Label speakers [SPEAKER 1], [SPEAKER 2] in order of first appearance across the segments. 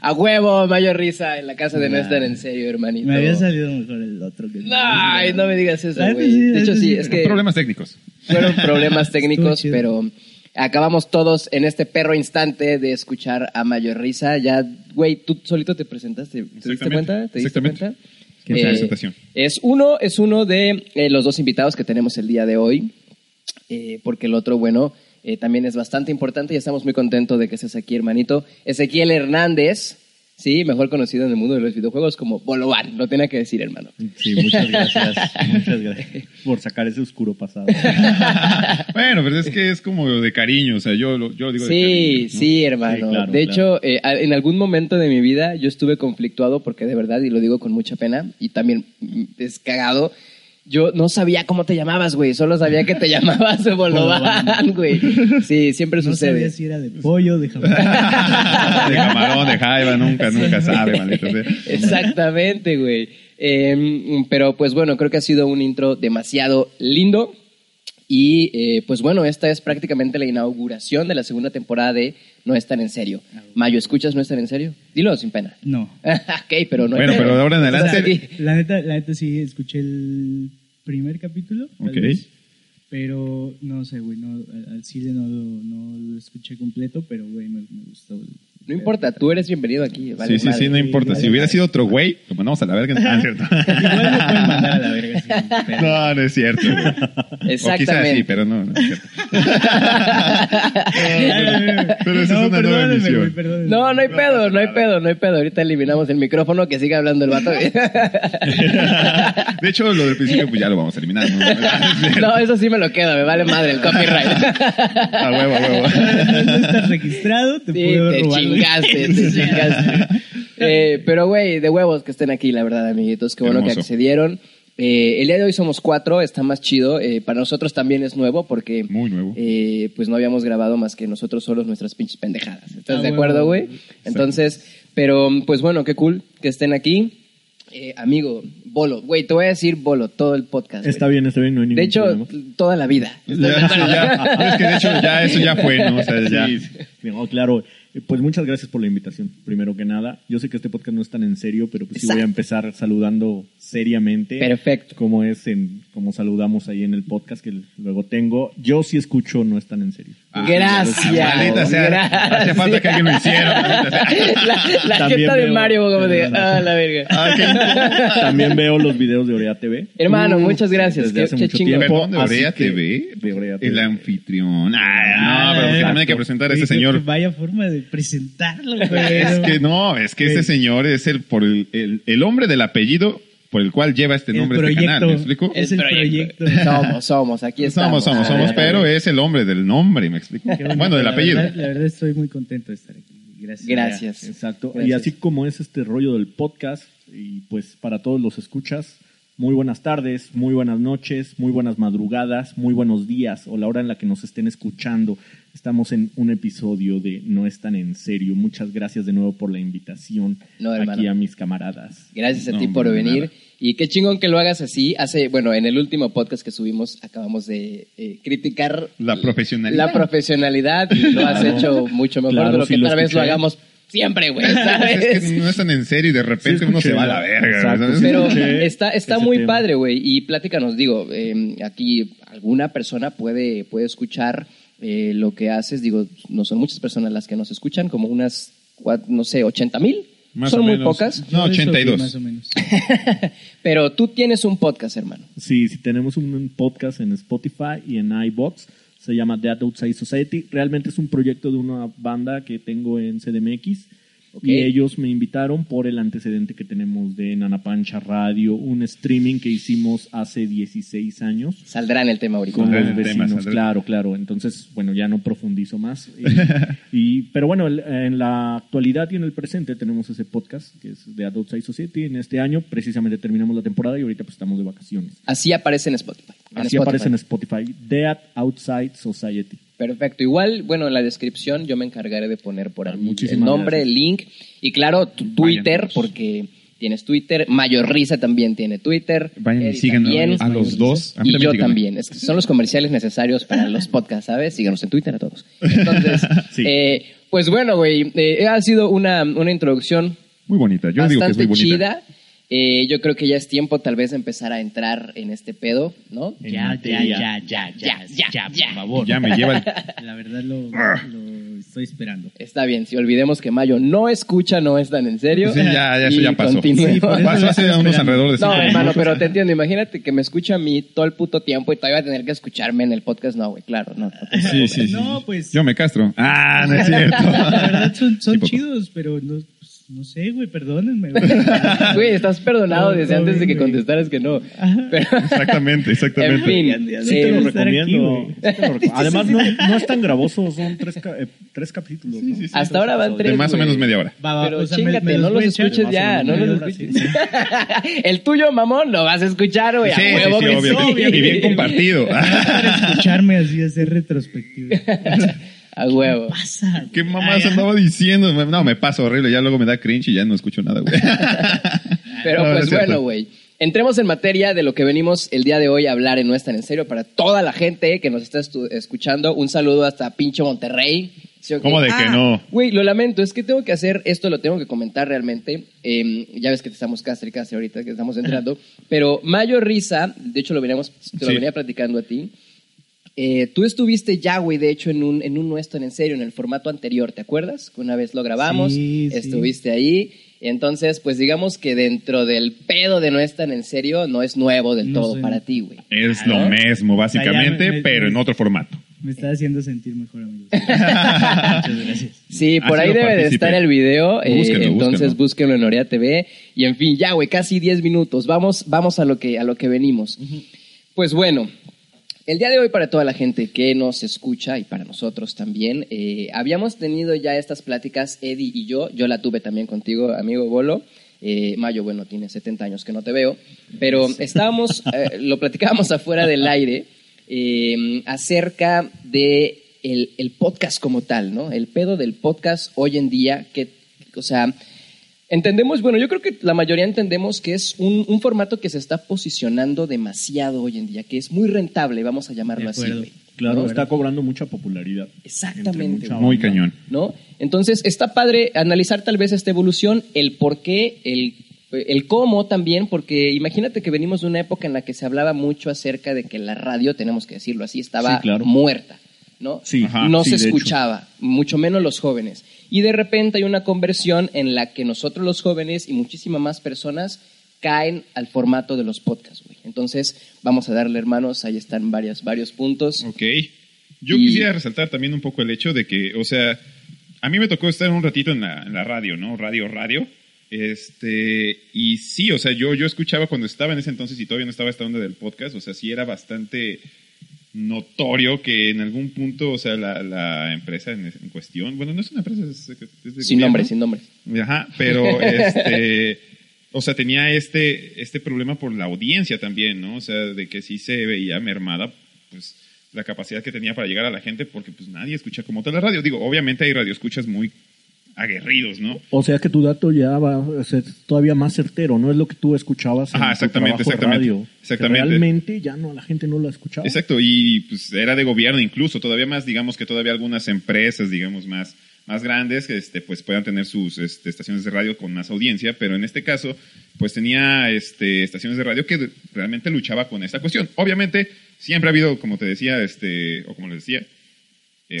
[SPEAKER 1] A huevo, mayor risa en la casa de no
[SPEAKER 2] Nah.
[SPEAKER 1] estar en serio, hermanito.
[SPEAKER 2] Me había salido mejor el otro que
[SPEAKER 1] Ay, no me digas eso,
[SPEAKER 2] La neta
[SPEAKER 1] güey.
[SPEAKER 2] sí, la
[SPEAKER 1] De hecho,
[SPEAKER 2] neta
[SPEAKER 1] sí,
[SPEAKER 2] sí,
[SPEAKER 1] es
[SPEAKER 2] pero
[SPEAKER 1] que
[SPEAKER 3] Problemas técnicos.
[SPEAKER 1] fueron problemas técnicos,
[SPEAKER 2] Estuvo chido.
[SPEAKER 1] pero acabamos todos en este perro instante de escuchar a Mayor Risa. Ya, güey, tú solito te presentaste. ¿Te diste
[SPEAKER 3] Exactamente,
[SPEAKER 1] cuenta? ¿Te diste
[SPEAKER 3] exactamente.
[SPEAKER 1] cuenta?
[SPEAKER 3] Qué buena presentación.
[SPEAKER 1] Eh, Es uno, es uno de eh, los dos invitados que tenemos el día de hoy, eh, porque el otro, bueno, eh, también es bastante importante y estamos muy contentos de que estés aquí, hermanito. Ezequiel Hernández, sí, mejor conocido en el mundo de los videojuegos como Bolovan, lo tenía que decir, hermano.
[SPEAKER 2] Sí, muchas gracias. Muchas gracias por sacar ese oscuro pasado.
[SPEAKER 3] Bueno, pero es que es como de cariño, o sea, yo lo, yo lo digo de
[SPEAKER 1] Sí,
[SPEAKER 3] cariño, ¿no?
[SPEAKER 1] sí, hermano.
[SPEAKER 2] Sí, claro,
[SPEAKER 1] de
[SPEAKER 2] claro.
[SPEAKER 1] hecho, eh, a- en algún momento de mi vida yo estuve conflictuado porque de verdad, y lo digo con mucha pena, y también mm, es cagado, yo no sabía cómo te llamabas, güey. Solo sabía que te llamabas Bolovan, güey. Sí, siempre
[SPEAKER 2] No sabía
[SPEAKER 1] sucede.
[SPEAKER 2] si era de pollo, de jamón.
[SPEAKER 3] De camarón, de jaiba, nunca, nunca sabe, maldito sea.
[SPEAKER 1] Exactamente, güey. Em, pero pues bueno, creo que ha sido un intro demasiado lindo. Y eh, pues bueno, esta es prácticamente la inauguración de la segunda temporada de No es tan en serio. Mayo, ¿escuchas No es tan en serio? Dilo sin pena.
[SPEAKER 2] No.
[SPEAKER 1] ok, pero no.
[SPEAKER 3] Bueno, pero de ahora en adelante-
[SPEAKER 1] Aquí.
[SPEAKER 2] La neta, la neta sí, escuché el primer capítulo. tal
[SPEAKER 3] Ok.
[SPEAKER 2] vez, pero no sé, güey, no, al- al Chile no lo, no lo escuché completo, pero güey, me, me gustó.
[SPEAKER 1] No importa, tú eres bienvenido aquí. vale
[SPEAKER 3] sí, sí,
[SPEAKER 1] madre.
[SPEAKER 3] sí, no importa. Si hubiera sido otro güey, lo mandamos a la verga. Ah, es cierto.
[SPEAKER 2] Igual me pueden mandar a la verga. sí, pero-
[SPEAKER 3] No, no es cierto. güey. O quizás sí,
[SPEAKER 1] Exactamente.
[SPEAKER 3] pero no, no es cierto. Pero
[SPEAKER 2] Pero
[SPEAKER 3] esa es una nueva emisión.
[SPEAKER 1] No, no hay pedo, no hay pedo, no hay pedo. Ahorita eliminamos el micrófono que siga hablando el vato. güey.
[SPEAKER 3] De hecho, lo del principio, pues ya lo vamos a eliminar. ¿no?
[SPEAKER 1] No, eso sí me lo quedo, me vale madre el copyright.
[SPEAKER 3] A huevo, a huevo.
[SPEAKER 2] estás registrado, te
[SPEAKER 1] Sí,
[SPEAKER 2] puedo
[SPEAKER 1] te
[SPEAKER 2] robar.
[SPEAKER 1] chingaste, te chingaste. Eh, pero, güey, de huevos que estén aquí, la verdad, amiguitos. Qué bueno que
[SPEAKER 3] Hermoso.
[SPEAKER 1] accedieron. Eh, el día de hoy somos cuatro, está más chido. Eh, para nosotros también es nuevo porque...
[SPEAKER 3] Muy nuevo.
[SPEAKER 1] eh, pues no habíamos grabado más que nosotros solos nuestras pinches pendejadas. ¿Estás
[SPEAKER 2] Ah,
[SPEAKER 1] de
[SPEAKER 2] huevo.
[SPEAKER 1] acuerdo, güey? Entonces, pero pues bueno, qué cool que estén aquí. Eh, amigo, Bolo, güey, te voy a decir Bolo todo el podcast.
[SPEAKER 4] Está
[SPEAKER 1] güey.
[SPEAKER 4] bien, está bien, no hay ningún
[SPEAKER 1] De hecho,
[SPEAKER 4] problema.
[SPEAKER 1] toda la vida.
[SPEAKER 3] Ya, sí, ya. Es que de hecho, ya eso ya fue, ¿no? O sea, ya.
[SPEAKER 4] Sí, sí. No, claro. Eh, Pues muchas gracias por la invitación, primero que nada. Yo sé que este podcast no es tan en serio, pero pues sí voy a
[SPEAKER 1] Exacto.
[SPEAKER 4] empezar saludando seriamente.
[SPEAKER 1] Perfecto.
[SPEAKER 4] Como es en, como saludamos ahí en el podcast que luego tengo. Yo sí escucho, no es tan en serio.
[SPEAKER 1] Ah, Gracias.
[SPEAKER 3] Maldita sea.
[SPEAKER 1] gracias.
[SPEAKER 3] Hace falta que alguien lo hiciera. maldita sea.
[SPEAKER 1] La, la
[SPEAKER 4] También
[SPEAKER 1] jeta de
[SPEAKER 4] veo-
[SPEAKER 1] Mario, como de, ah, la verga.
[SPEAKER 3] Ah, qué incómodo.
[SPEAKER 4] También veo los videos de Orea TV.
[SPEAKER 1] Hermano, muchas gracias.
[SPEAKER 4] desde
[SPEAKER 1] Qué-
[SPEAKER 4] hace
[SPEAKER 1] qué
[SPEAKER 4] mucho
[SPEAKER 1] chingón.
[SPEAKER 4] tiempo.
[SPEAKER 3] Perdón, de
[SPEAKER 4] así
[SPEAKER 3] Orea
[SPEAKER 4] que-
[SPEAKER 3] TV.
[SPEAKER 4] de Orea
[SPEAKER 3] El
[SPEAKER 4] TV.
[SPEAKER 3] anfitrión. Ay, no, Ah, pero pues también hay que presentar a ese
[SPEAKER 2] Ah, Exacto.
[SPEAKER 3] señor.
[SPEAKER 2] Vaya forma de presentarlo, güey.
[SPEAKER 3] Es que no, es que ese
[SPEAKER 2] Güey.
[SPEAKER 3] señor es el por el, el, el hombre del apellido por el cual lleva este
[SPEAKER 2] El
[SPEAKER 3] nombre este
[SPEAKER 2] proyecto.
[SPEAKER 3] canal, ¿me explico?
[SPEAKER 2] Es el proyecto.
[SPEAKER 1] Somos, somos, aquí estamos.
[SPEAKER 3] somos, somos,
[SPEAKER 1] Ah,
[SPEAKER 3] somos,
[SPEAKER 1] la
[SPEAKER 3] pero
[SPEAKER 1] verga.
[SPEAKER 3] es el hombre del nombre, ¿me explico?
[SPEAKER 2] Qué bonito,
[SPEAKER 3] Bueno, del
[SPEAKER 2] la
[SPEAKER 3] apellido.
[SPEAKER 2] verdad- la verdad estoy muy contento de estar aquí. Gracias.
[SPEAKER 1] Gracias.
[SPEAKER 4] Exacto. Y
[SPEAKER 1] Gracias.
[SPEAKER 4] así como es este rollo del podcast, y pues para todos los escuchas, muy buenas tardes, muy buenas noches, muy buenas madrugadas, muy buenos días o la hora en la que nos estén escuchando. Estamos en un episodio de No es tan en serio. Muchas gracias de nuevo por la invitación
[SPEAKER 1] No,
[SPEAKER 4] aquí
[SPEAKER 1] hermano.
[SPEAKER 4] a mis camaradas.
[SPEAKER 1] Gracias a
[SPEAKER 3] No,
[SPEAKER 1] ti por
[SPEAKER 3] hombre,
[SPEAKER 1] venir.
[SPEAKER 3] nada.
[SPEAKER 1] Y qué chingón que lo hagas así. Hace, bueno, en el último podcast que subimos acabamos de eh, criticar
[SPEAKER 3] La profesionalidad.
[SPEAKER 1] la profesionalidad y lo has
[SPEAKER 4] Claro.
[SPEAKER 1] hecho mucho mejor
[SPEAKER 4] Claro,
[SPEAKER 1] de lo
[SPEAKER 4] sí
[SPEAKER 1] que
[SPEAKER 4] lo
[SPEAKER 1] tal vez lo
[SPEAKER 4] escuché.
[SPEAKER 1] hagamos siempre, güey.
[SPEAKER 3] Pues Es
[SPEAKER 1] ¿sabes?
[SPEAKER 3] que no están en serio y de repente
[SPEAKER 4] Sí,
[SPEAKER 3] uno se
[SPEAKER 4] escuché,
[SPEAKER 3] va a la verga.
[SPEAKER 4] exacto,
[SPEAKER 3] ¿sabes?
[SPEAKER 4] sí.
[SPEAKER 1] Pero
[SPEAKER 4] escuché
[SPEAKER 1] está, está
[SPEAKER 4] ese
[SPEAKER 1] muy
[SPEAKER 4] tema.
[SPEAKER 1] padre, güey. Y pláticanos, digo, eh, aquí alguna persona puede, puede escuchar eh, lo que haces. Digo, no son muchas personas las que nos escuchan, como unas, cua- no sé, 80 mil.
[SPEAKER 3] Más
[SPEAKER 1] Son
[SPEAKER 3] o
[SPEAKER 1] muy
[SPEAKER 3] menos.
[SPEAKER 1] pocas.
[SPEAKER 3] No,
[SPEAKER 2] Yo de eso vi
[SPEAKER 3] 82.
[SPEAKER 2] Más o menos.
[SPEAKER 1] Pero tú tienes un podcast, hermano.
[SPEAKER 4] Sí, sí, tenemos un podcast en Spotify y en iBox. Se llama The Outside Society. Realmente es un proyecto de una banda que tengo en CDMX.
[SPEAKER 1] Ok.
[SPEAKER 4] Y ellos me invitaron por el antecedente que tenemos de Nana Pancha Radio, un streaming que hicimos hace 16 años
[SPEAKER 1] Saldrá en el tema ahorita.
[SPEAKER 4] con
[SPEAKER 3] Saldrá en
[SPEAKER 4] los
[SPEAKER 3] el tema,
[SPEAKER 4] vecinos.
[SPEAKER 3] saldrá.
[SPEAKER 4] claro, claro. Entonces, bueno, ya no profundizo más. Y, y- pero bueno, el- en la actualidad y en el presente tenemos ese podcast que es de Outside Society. En este año precisamente terminamos la temporada y ahorita pues estamos de vacaciones.
[SPEAKER 1] Así aparece en Spotify. En
[SPEAKER 4] Así
[SPEAKER 1] Spotify.
[SPEAKER 4] aparece en Spotify. Dead Outside Society.
[SPEAKER 1] Perfecto. Igual, bueno, en la descripción yo me encargaré de poner por ahí
[SPEAKER 4] Muchísimas
[SPEAKER 1] el nombre,
[SPEAKER 4] gracias.
[SPEAKER 1] el link y claro, tu Twitter, porque tienes Twitter. Mayor Risa también tiene Twitter.
[SPEAKER 3] Vayan y
[SPEAKER 1] Eddie
[SPEAKER 3] sigan
[SPEAKER 1] también.
[SPEAKER 3] a los dos. A mí
[SPEAKER 1] Y yo
[SPEAKER 3] díganme.
[SPEAKER 1] también. Es que son los comerciales necesarios para los podcasts, ¿sabes? Síganos en Twitter a todos. Entonces,
[SPEAKER 4] Sí.
[SPEAKER 1] eh, Pues bueno, güey, eh, ha sido una, una introducción
[SPEAKER 3] Muy bonita. Yo digo que es
[SPEAKER 1] bastante
[SPEAKER 3] muy bonita.
[SPEAKER 1] chida. Eh, yo creo que ya es tiempo tal vez de empezar a entrar en este pedo, ¿no?
[SPEAKER 4] En
[SPEAKER 2] Ya, ya,
[SPEAKER 4] materia.
[SPEAKER 2] ya, ya, ya, ya, ya, por favor.
[SPEAKER 3] Eh, Ya me lleva el-
[SPEAKER 2] La verdad lo,
[SPEAKER 3] Ah.
[SPEAKER 2] lo estoy esperando.
[SPEAKER 1] Está bien, si olvidemos que Mayo no escucha, no es tan en serio.
[SPEAKER 3] Sí, ya, ya, eso
[SPEAKER 1] Y
[SPEAKER 3] ya pasó.
[SPEAKER 1] continuemos.
[SPEAKER 2] Sí, por eso
[SPEAKER 3] Pasó
[SPEAKER 2] lo
[SPEAKER 3] hace
[SPEAKER 2] estoy
[SPEAKER 3] unos
[SPEAKER 2] esperando.
[SPEAKER 3] alrededor de cinco
[SPEAKER 1] No, hermano,
[SPEAKER 3] minutos.
[SPEAKER 1] pero te entiendo. Imagínate que me escucha a mí todo el puto tiempo y todavía va a tener que escucharme en el podcast. No, güey, claro, no. no.
[SPEAKER 3] Sí, sí, sí.
[SPEAKER 2] No, pues-
[SPEAKER 3] Yo me castro. Ah, no es cierto.
[SPEAKER 2] La verdad son, son
[SPEAKER 3] Sí, poco.
[SPEAKER 2] chidos, pero no, pues, no sé, güey, perdónenme. güey.
[SPEAKER 1] Güey, estás perdonado
[SPEAKER 2] No,
[SPEAKER 1] desde
[SPEAKER 2] no,
[SPEAKER 1] antes de que
[SPEAKER 2] güey.
[SPEAKER 1] contestaras que no.
[SPEAKER 2] Ajá.
[SPEAKER 1] Pero-
[SPEAKER 3] Exactamente, exactamente.
[SPEAKER 1] En fin. eh,
[SPEAKER 2] Ya- ya no
[SPEAKER 1] Sí,
[SPEAKER 2] te
[SPEAKER 4] Te
[SPEAKER 2] lo
[SPEAKER 4] lo
[SPEAKER 2] estar aquí,
[SPEAKER 4] recomiendo.
[SPEAKER 2] güey.
[SPEAKER 4] Sí te lo recom- Además, no, no es tan gravoso, son tres, ca- eh, tres capítulos. ¿no?
[SPEAKER 1] Hasta ahora van
[SPEAKER 3] De
[SPEAKER 1] tres.
[SPEAKER 3] más o
[SPEAKER 1] güey.
[SPEAKER 3] menos media hora.
[SPEAKER 2] Va, va,
[SPEAKER 1] Pero
[SPEAKER 2] o sea, me-
[SPEAKER 1] chingate,
[SPEAKER 2] me
[SPEAKER 1] no los
[SPEAKER 2] voy a echar.
[SPEAKER 1] escuches
[SPEAKER 4] más
[SPEAKER 1] ya,
[SPEAKER 4] o
[SPEAKER 1] no
[SPEAKER 4] menos
[SPEAKER 1] los
[SPEAKER 4] media hora,
[SPEAKER 1] escuches. el tuyo, mamón, lo vas a escuchar, güey. a
[SPEAKER 3] Sí, sí,
[SPEAKER 1] huevo
[SPEAKER 3] sí,
[SPEAKER 1] que
[SPEAKER 3] obvio.
[SPEAKER 1] sí.
[SPEAKER 3] Y bien compartido.
[SPEAKER 2] Para escucharme así, hacer retrospectiva.
[SPEAKER 1] A huevo.
[SPEAKER 2] Pasa,
[SPEAKER 3] ¿Qué
[SPEAKER 2] güey.
[SPEAKER 3] mamá
[SPEAKER 2] Ay,
[SPEAKER 3] se andaba diciendo? No, me pasa horrible. Ya luego me da cringe y ya no escucho nada, güey.
[SPEAKER 1] Pero
[SPEAKER 3] No, no
[SPEAKER 1] pues
[SPEAKER 3] es cierto.
[SPEAKER 1] bueno, güey. Entremos en materia de lo que venimos el día de hoy a hablar en No es tan en serio para toda la gente que nos está estu- escuchando. Un saludo hasta pinche Monterrey. ¿Sí o qué?
[SPEAKER 3] ¿Cómo de que no?
[SPEAKER 1] Güey, lo lamento, es que tengo que hacer esto, lo tengo que comentar realmente. Eh, ya ves que te estamos castre y castre ahorita que estamos entrando. Pero Mayo Risa, de hecho lo veníamos, te lo
[SPEAKER 3] Sí.
[SPEAKER 1] venía platicando a ti. Eh, tú estuviste ya, güey, de hecho, en un, en un nuestro en serio, en el formato anterior, ¿te acuerdas? Que una vez lo grabamos,
[SPEAKER 2] Sí, sí.
[SPEAKER 1] estuviste ahí. Entonces, pues digamos que dentro del pedo de no es tan en serio, no es nuevo del
[SPEAKER 2] No
[SPEAKER 1] todo
[SPEAKER 2] sé.
[SPEAKER 1] para ti, güey.
[SPEAKER 3] Es lo mismo, básicamente,
[SPEAKER 2] O sea, ya me- me-
[SPEAKER 3] pero en otro formato.
[SPEAKER 2] Me está haciendo sentir mejor, amigos. Muchas gracias.
[SPEAKER 1] Sí,
[SPEAKER 3] Ha
[SPEAKER 1] por ahí
[SPEAKER 3] sido
[SPEAKER 1] debe de
[SPEAKER 3] partícipe.
[SPEAKER 1] estar el video. eh,
[SPEAKER 3] Búsquenlo,
[SPEAKER 1] entonces
[SPEAKER 3] búsquenlo.
[SPEAKER 1] búsquenlo en Orea TV. Y en fin, ya, güey, casi 10 minutos. Vamos, vamos a lo que, a lo que venimos. Pues bueno, el día de hoy para toda la gente que nos escucha y para nosotros también, eh, habíamos tenido ya estas pláticas, Eddie y yo, yo la tuve también contigo, amigo Bolo. Eh, Mayo, bueno, tiene 70 años que no te veo, pero estábamos, eh, lo platicábamos afuera del aire eh, acerca de el, el podcast como tal, ¿no? El pedo del podcast hoy en día, que, o sea, Entendemos, bueno, yo creo que la mayoría entendemos que es un, un formato que se está posicionando demasiado hoy en día, que es muy rentable, vamos a llamarlo
[SPEAKER 2] De
[SPEAKER 1] así,
[SPEAKER 2] acuerdo.
[SPEAKER 1] güey.
[SPEAKER 4] Claro,
[SPEAKER 1] ¿no?
[SPEAKER 4] está cobrando mucha popularidad.
[SPEAKER 1] Exactamente,
[SPEAKER 4] Entre mucha
[SPEAKER 3] Muy
[SPEAKER 4] banda.
[SPEAKER 3] cañón.
[SPEAKER 1] ¿no? Entonces, está padre analizar tal vez esta evolución, el por qué, el, el cómo también, porque imagínate que venimos de una época en la que se hablaba mucho acerca de que la radio, tenemos que decirlo así, estaba
[SPEAKER 4] Sí, claro.
[SPEAKER 1] muerta, ¿no?
[SPEAKER 4] Sí,
[SPEAKER 3] Ajá,
[SPEAKER 1] no
[SPEAKER 4] sí,
[SPEAKER 1] se
[SPEAKER 4] de hecho.
[SPEAKER 1] escuchaba, mucho menos los jóvenes. Y de repente hay una conversión en la que nosotros los jóvenes y muchísimas más personas caen al formato de los podcasts, güey. Entonces, vamos a darle, hermanos, ahí están varias, varios puntos.
[SPEAKER 3] Ok. Yo
[SPEAKER 1] Y-
[SPEAKER 3] quisiera resaltar también un poco el hecho de que, o sea, a mí me tocó estar un ratito en la, en la radio, ¿no? Radio, radio. Este, y sí, o sea, yo, yo escuchaba cuando estaba en ese entonces y todavía no estaba esta onda del podcast, o sea, sí era bastante notorio que en algún punto, o sea, la, la empresa en, en cuestión, bueno, no es una empresa, es, es de
[SPEAKER 1] Sin
[SPEAKER 3] gobierno.
[SPEAKER 1] nombre, sin nombre.
[SPEAKER 3] Ajá, pero este, o sea, tenía este, este problema por la audiencia también, ¿no? O sea, de que sí se veía mermada, pues, la capacidad que tenía para llegar a la gente, porque pues nadie escucha como tal la radio. Digo, obviamente hay radioescuchas muy aguerridos, ¿no?
[SPEAKER 4] O sea que tu dato ya va a ser todavía más certero, ¿no? Es lo que tú escuchabas en
[SPEAKER 3] Ajá,
[SPEAKER 4] tu
[SPEAKER 3] exactamente,
[SPEAKER 4] trabajo de
[SPEAKER 3] exactamente,
[SPEAKER 4] radio. que
[SPEAKER 3] exactamente.
[SPEAKER 4] Realmente ya no, la gente no lo escuchaba.
[SPEAKER 3] Exacto, y pues era de gobierno incluso, todavía más, digamos que todavía algunas empresas, digamos, más, más grandes, este, pues puedan tener sus este, estaciones de radio con más audiencia, pero en este caso, pues tenía este, estaciones de radio que realmente luchaba con esta cuestión. Obviamente, siempre ha habido, como te decía, este, o como les decía, eh,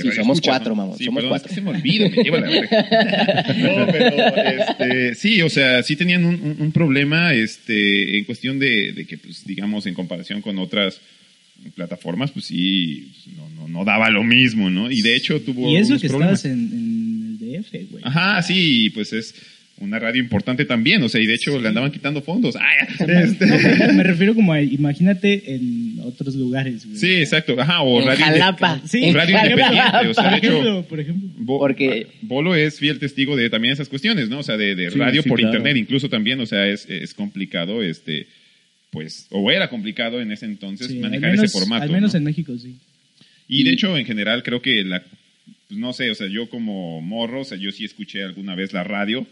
[SPEAKER 1] Sí, somos
[SPEAKER 3] radioescuchas,
[SPEAKER 1] cuatro, mamón, somos
[SPEAKER 3] perdón, es
[SPEAKER 1] cuatro.
[SPEAKER 3] que se me olvida, me lleva la verga. No, pero este, sí, o sea, sí tenían un, un- un problema este, en cuestión de, de que, pues, digamos, en comparación con otras plataformas, pues sí, pues, no, no, no daba lo mismo, ¿no? Y de hecho tuvo
[SPEAKER 2] Y eso
[SPEAKER 3] unos
[SPEAKER 2] que
[SPEAKER 3] problemas.
[SPEAKER 2] estabas en, en el DF, güey.
[SPEAKER 3] Ajá, sí, pues es una radio importante también, o sea, y de hecho le andaban quitando fondos. ¡Ay! Este,
[SPEAKER 2] No, me- me refiero como a, imagínate en otros lugares, güey.
[SPEAKER 3] sí, exacto, ajá, o
[SPEAKER 1] En
[SPEAKER 3] radio, inde-
[SPEAKER 1] Jalapa.
[SPEAKER 2] Sí,
[SPEAKER 1] en
[SPEAKER 3] radio
[SPEAKER 1] Jalapa.
[SPEAKER 3] independiente, o sea,
[SPEAKER 2] Por
[SPEAKER 3] de hecho...
[SPEAKER 2] ejemplo, por ejemplo.
[SPEAKER 3] Bo-
[SPEAKER 1] Porque-
[SPEAKER 3] ah, Bolo es fiel testigo de también esas cuestiones, ¿no? O sea, de, de
[SPEAKER 4] Sí,
[SPEAKER 3] radio
[SPEAKER 4] sí,
[SPEAKER 3] por
[SPEAKER 4] claro.
[SPEAKER 3] internet, incluso también, o sea, es, es complicado, este, pues, o era complicado en ese entonces
[SPEAKER 2] Sí,
[SPEAKER 3] manejar
[SPEAKER 2] al menos,
[SPEAKER 3] ese formato.
[SPEAKER 2] Al menos
[SPEAKER 3] ¿no?
[SPEAKER 2] en México, sí.
[SPEAKER 3] Y de hecho, en general, creo que la, pues, no sé, o sea, yo como morro, o sea, yo sí escuché alguna vez la radio,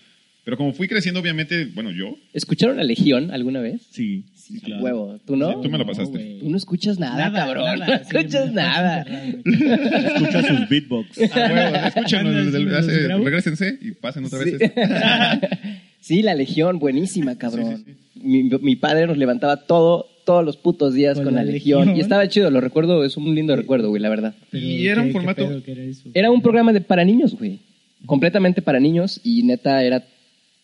[SPEAKER 3] Pero como fui creciendo, obviamente, bueno, yo,
[SPEAKER 1] ¿Escucharon a Legión alguna vez?
[SPEAKER 4] Sí, sí, claro.
[SPEAKER 1] Huevo, ¿tú no?
[SPEAKER 3] Sí, tú me lo pasaste.
[SPEAKER 2] güey.
[SPEAKER 1] Tú no escuchas nada,
[SPEAKER 2] Nada,
[SPEAKER 1] cabrón.
[SPEAKER 2] nada,
[SPEAKER 1] no
[SPEAKER 2] sí,
[SPEAKER 1] escuchas
[SPEAKER 2] me la paso
[SPEAKER 1] nada.
[SPEAKER 2] encerrado,
[SPEAKER 4] Escucha sus beatbox.
[SPEAKER 3] Ah, huevo, escúchenlo,
[SPEAKER 2] Ándale,
[SPEAKER 3] desde el-
[SPEAKER 2] sí, me los
[SPEAKER 3] hace-
[SPEAKER 2] grabo.
[SPEAKER 3] regrésense y pasen otra vez. este.
[SPEAKER 1] Sí.
[SPEAKER 3] esto.
[SPEAKER 1] Sí, la Legión, buenísima, cabrón. Mi, mi padre nos levantaba todo, todos los putos días con, la, legión. Y estaba chido, lo recuerdo, es un lindo recuerdo, güey, la verdad.
[SPEAKER 2] Pero,
[SPEAKER 3] Y era un
[SPEAKER 2] ¿qué- qué
[SPEAKER 3] formato-
[SPEAKER 2] pedo que era eso?
[SPEAKER 1] Era un programa de, para niños, güey. Completamente para niños y neta era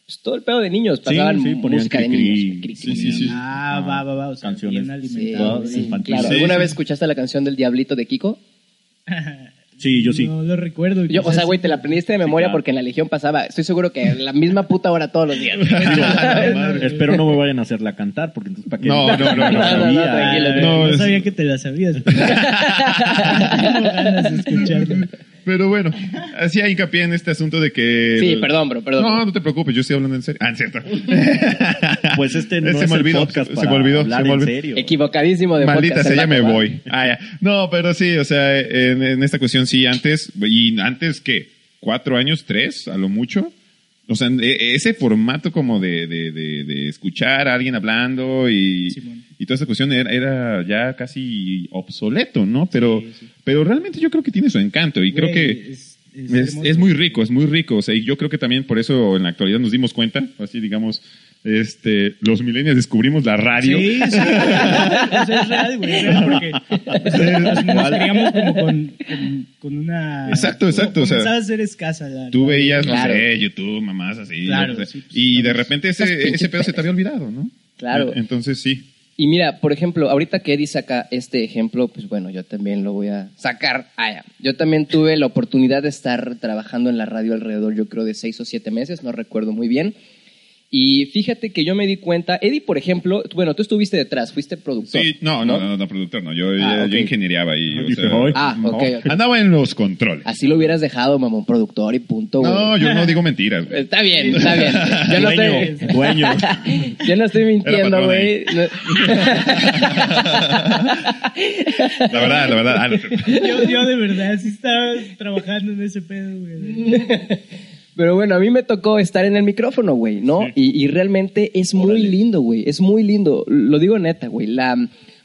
[SPEAKER 1] pues, todo el pedo de niños. Pasaban
[SPEAKER 4] sí, ponían
[SPEAKER 1] música de
[SPEAKER 4] cri-cri.
[SPEAKER 1] niños. güey, cri-cri.
[SPEAKER 3] Sí, sí, sí.
[SPEAKER 2] Ah,
[SPEAKER 4] Ah,
[SPEAKER 2] va, va, va. O sea,
[SPEAKER 4] canciones.
[SPEAKER 2] bien
[SPEAKER 1] Sí,
[SPEAKER 2] alimentado.
[SPEAKER 4] Sí,
[SPEAKER 1] sí,
[SPEAKER 4] infantil.
[SPEAKER 1] claro.
[SPEAKER 3] Sí,
[SPEAKER 1] ¿Alguna
[SPEAKER 3] sí,
[SPEAKER 1] vez
[SPEAKER 3] sí.
[SPEAKER 1] escuchaste la canción del Diablito de Kiko?
[SPEAKER 4] Sí, yo sí.
[SPEAKER 2] No lo recuerdo.
[SPEAKER 1] Yo, o
[SPEAKER 2] quizás
[SPEAKER 1] sea, güey, te la aprendiste de memoria
[SPEAKER 4] claro.
[SPEAKER 1] porque en la Legión pasaba, estoy seguro que la misma puta hora todos los días.
[SPEAKER 4] Digo,
[SPEAKER 3] la madre.
[SPEAKER 4] espero no me vayan a hacerla cantar, porque entonces para qué.
[SPEAKER 3] No, no, no, no, no,
[SPEAKER 1] no,
[SPEAKER 4] Sabía.
[SPEAKER 1] tranquilo,
[SPEAKER 2] Ay,
[SPEAKER 3] eh. No,
[SPEAKER 2] No,
[SPEAKER 3] es-
[SPEAKER 2] sabía que te la sabías. Tengo ganas de escucharla.
[SPEAKER 3] Pero bueno, hacía hincapié en este asunto de que.
[SPEAKER 1] Sí, perdón, bro, perdón.
[SPEAKER 3] No, no te preocupes, yo estoy hablando en serio. Ah, en cierto.
[SPEAKER 4] Pues este no
[SPEAKER 3] Se me
[SPEAKER 4] es el
[SPEAKER 3] olvidó,
[SPEAKER 4] podcast
[SPEAKER 3] se
[SPEAKER 4] para
[SPEAKER 3] me olvidó,
[SPEAKER 4] hablar
[SPEAKER 3] se me
[SPEAKER 4] en
[SPEAKER 3] olvidó.
[SPEAKER 4] serio.
[SPEAKER 1] Equivocadísimo de
[SPEAKER 3] Maldita
[SPEAKER 1] podcast,
[SPEAKER 3] sea, ya
[SPEAKER 1] el
[SPEAKER 3] me
[SPEAKER 1] vato, ¿va?
[SPEAKER 3] voy. Ah, ya. No, pero sí, o sea, en, en esta cuestión sí, antes, y antes que cuatro años, tres, a lo mucho. O sea, e- ese formato como de, de- de- de escuchar a alguien hablando y,
[SPEAKER 2] Simón.
[SPEAKER 3] y toda esa cuestión era, era ya casi obsoleto, ¿no? Pero, pero realmente yo creo que tiene su encanto y creo
[SPEAKER 2] Güey,
[SPEAKER 3] que...
[SPEAKER 2] Es,
[SPEAKER 3] Es, es
[SPEAKER 2] hermoso.
[SPEAKER 3] muy rico, es muy rico. O sea, y yo creo que también por eso en la actualidad nos dimos cuenta, así digamos, este, los millennials descubrimos la radio.
[SPEAKER 2] Sí, sí. o sea, es real, güey. Es real porque o sea, nos, nos criamos como con, con, con una.
[SPEAKER 3] Exacto, exacto, o sea,
[SPEAKER 2] Comenzaba a ser escasa la.
[SPEAKER 3] Tú veías, no
[SPEAKER 1] Claro.
[SPEAKER 3] sé, YouTube, mamás así.
[SPEAKER 2] Claro,
[SPEAKER 3] yo qué sé.
[SPEAKER 2] sí, pues,
[SPEAKER 3] y de
[SPEAKER 2] estamos-
[SPEAKER 3] repente
[SPEAKER 1] Esas
[SPEAKER 3] ese,
[SPEAKER 1] pinches
[SPEAKER 3] ese pedo se te había olvidado, ¿no?
[SPEAKER 1] Claro.
[SPEAKER 3] E- Entonces sí.
[SPEAKER 1] Y mira, por ejemplo, ahorita que Eddie saca este ejemplo, pues bueno, yo también lo voy a sacar. Ah, ya. Yo también tuve la oportunidad de estar trabajando en la radio alrededor, yo creo, de seis o siete meses, no recuerdo muy bien. Y fíjate que yo me di cuenta, Eddie, por ejemplo, tú- bueno, tú estuviste detrás, fuiste productor.
[SPEAKER 3] Sí, no, no, no, no, productor, no. Yo,
[SPEAKER 1] Ah,
[SPEAKER 3] yo-
[SPEAKER 1] ok.
[SPEAKER 3] yo ingenieriaba y.
[SPEAKER 4] Y te voy.
[SPEAKER 1] Ah,
[SPEAKER 3] no.
[SPEAKER 1] ok, ok.
[SPEAKER 3] Andaba en los controles.
[SPEAKER 1] Así lo hubieras dejado, mamón, productor y punto. güey.
[SPEAKER 3] No, yo no digo mentiras. güey.
[SPEAKER 1] Está bien, está bien. Yo no
[SPEAKER 4] dueño,
[SPEAKER 1] estoy,
[SPEAKER 4] dueño.
[SPEAKER 1] yo no estoy mintiendo,
[SPEAKER 3] patrón
[SPEAKER 1] güey. No-
[SPEAKER 3] La verdad, la verdad. Ah, no.
[SPEAKER 2] Yo, yo de verdad sí estaba trabajando en ese pedo, güey.
[SPEAKER 1] Pero bueno, a mí me tocó estar en el micrófono, güey, ¿no? Y, y realmente es muy lindo, güey. Es muy lindo. Lo digo neta, güey. La,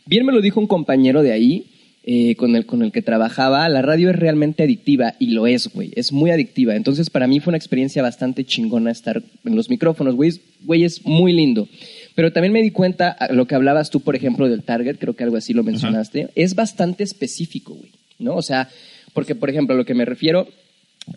[SPEAKER 1] bien me lo dijo un compañero de ahí, eh, con, el, con el que trabajaba. La radio es realmente adictiva y lo es, güey. Es muy adictiva. Entonces, para mí fue una experiencia bastante chingona estar en los micrófonos, güey. Es- Güey, es muy lindo. Pero también me di cuenta, a lo que hablabas tú, por ejemplo, del target, creo que algo así lo mencionaste, es bastante específico, güey, ¿no? O sea, porque, por ejemplo, a lo que me refiero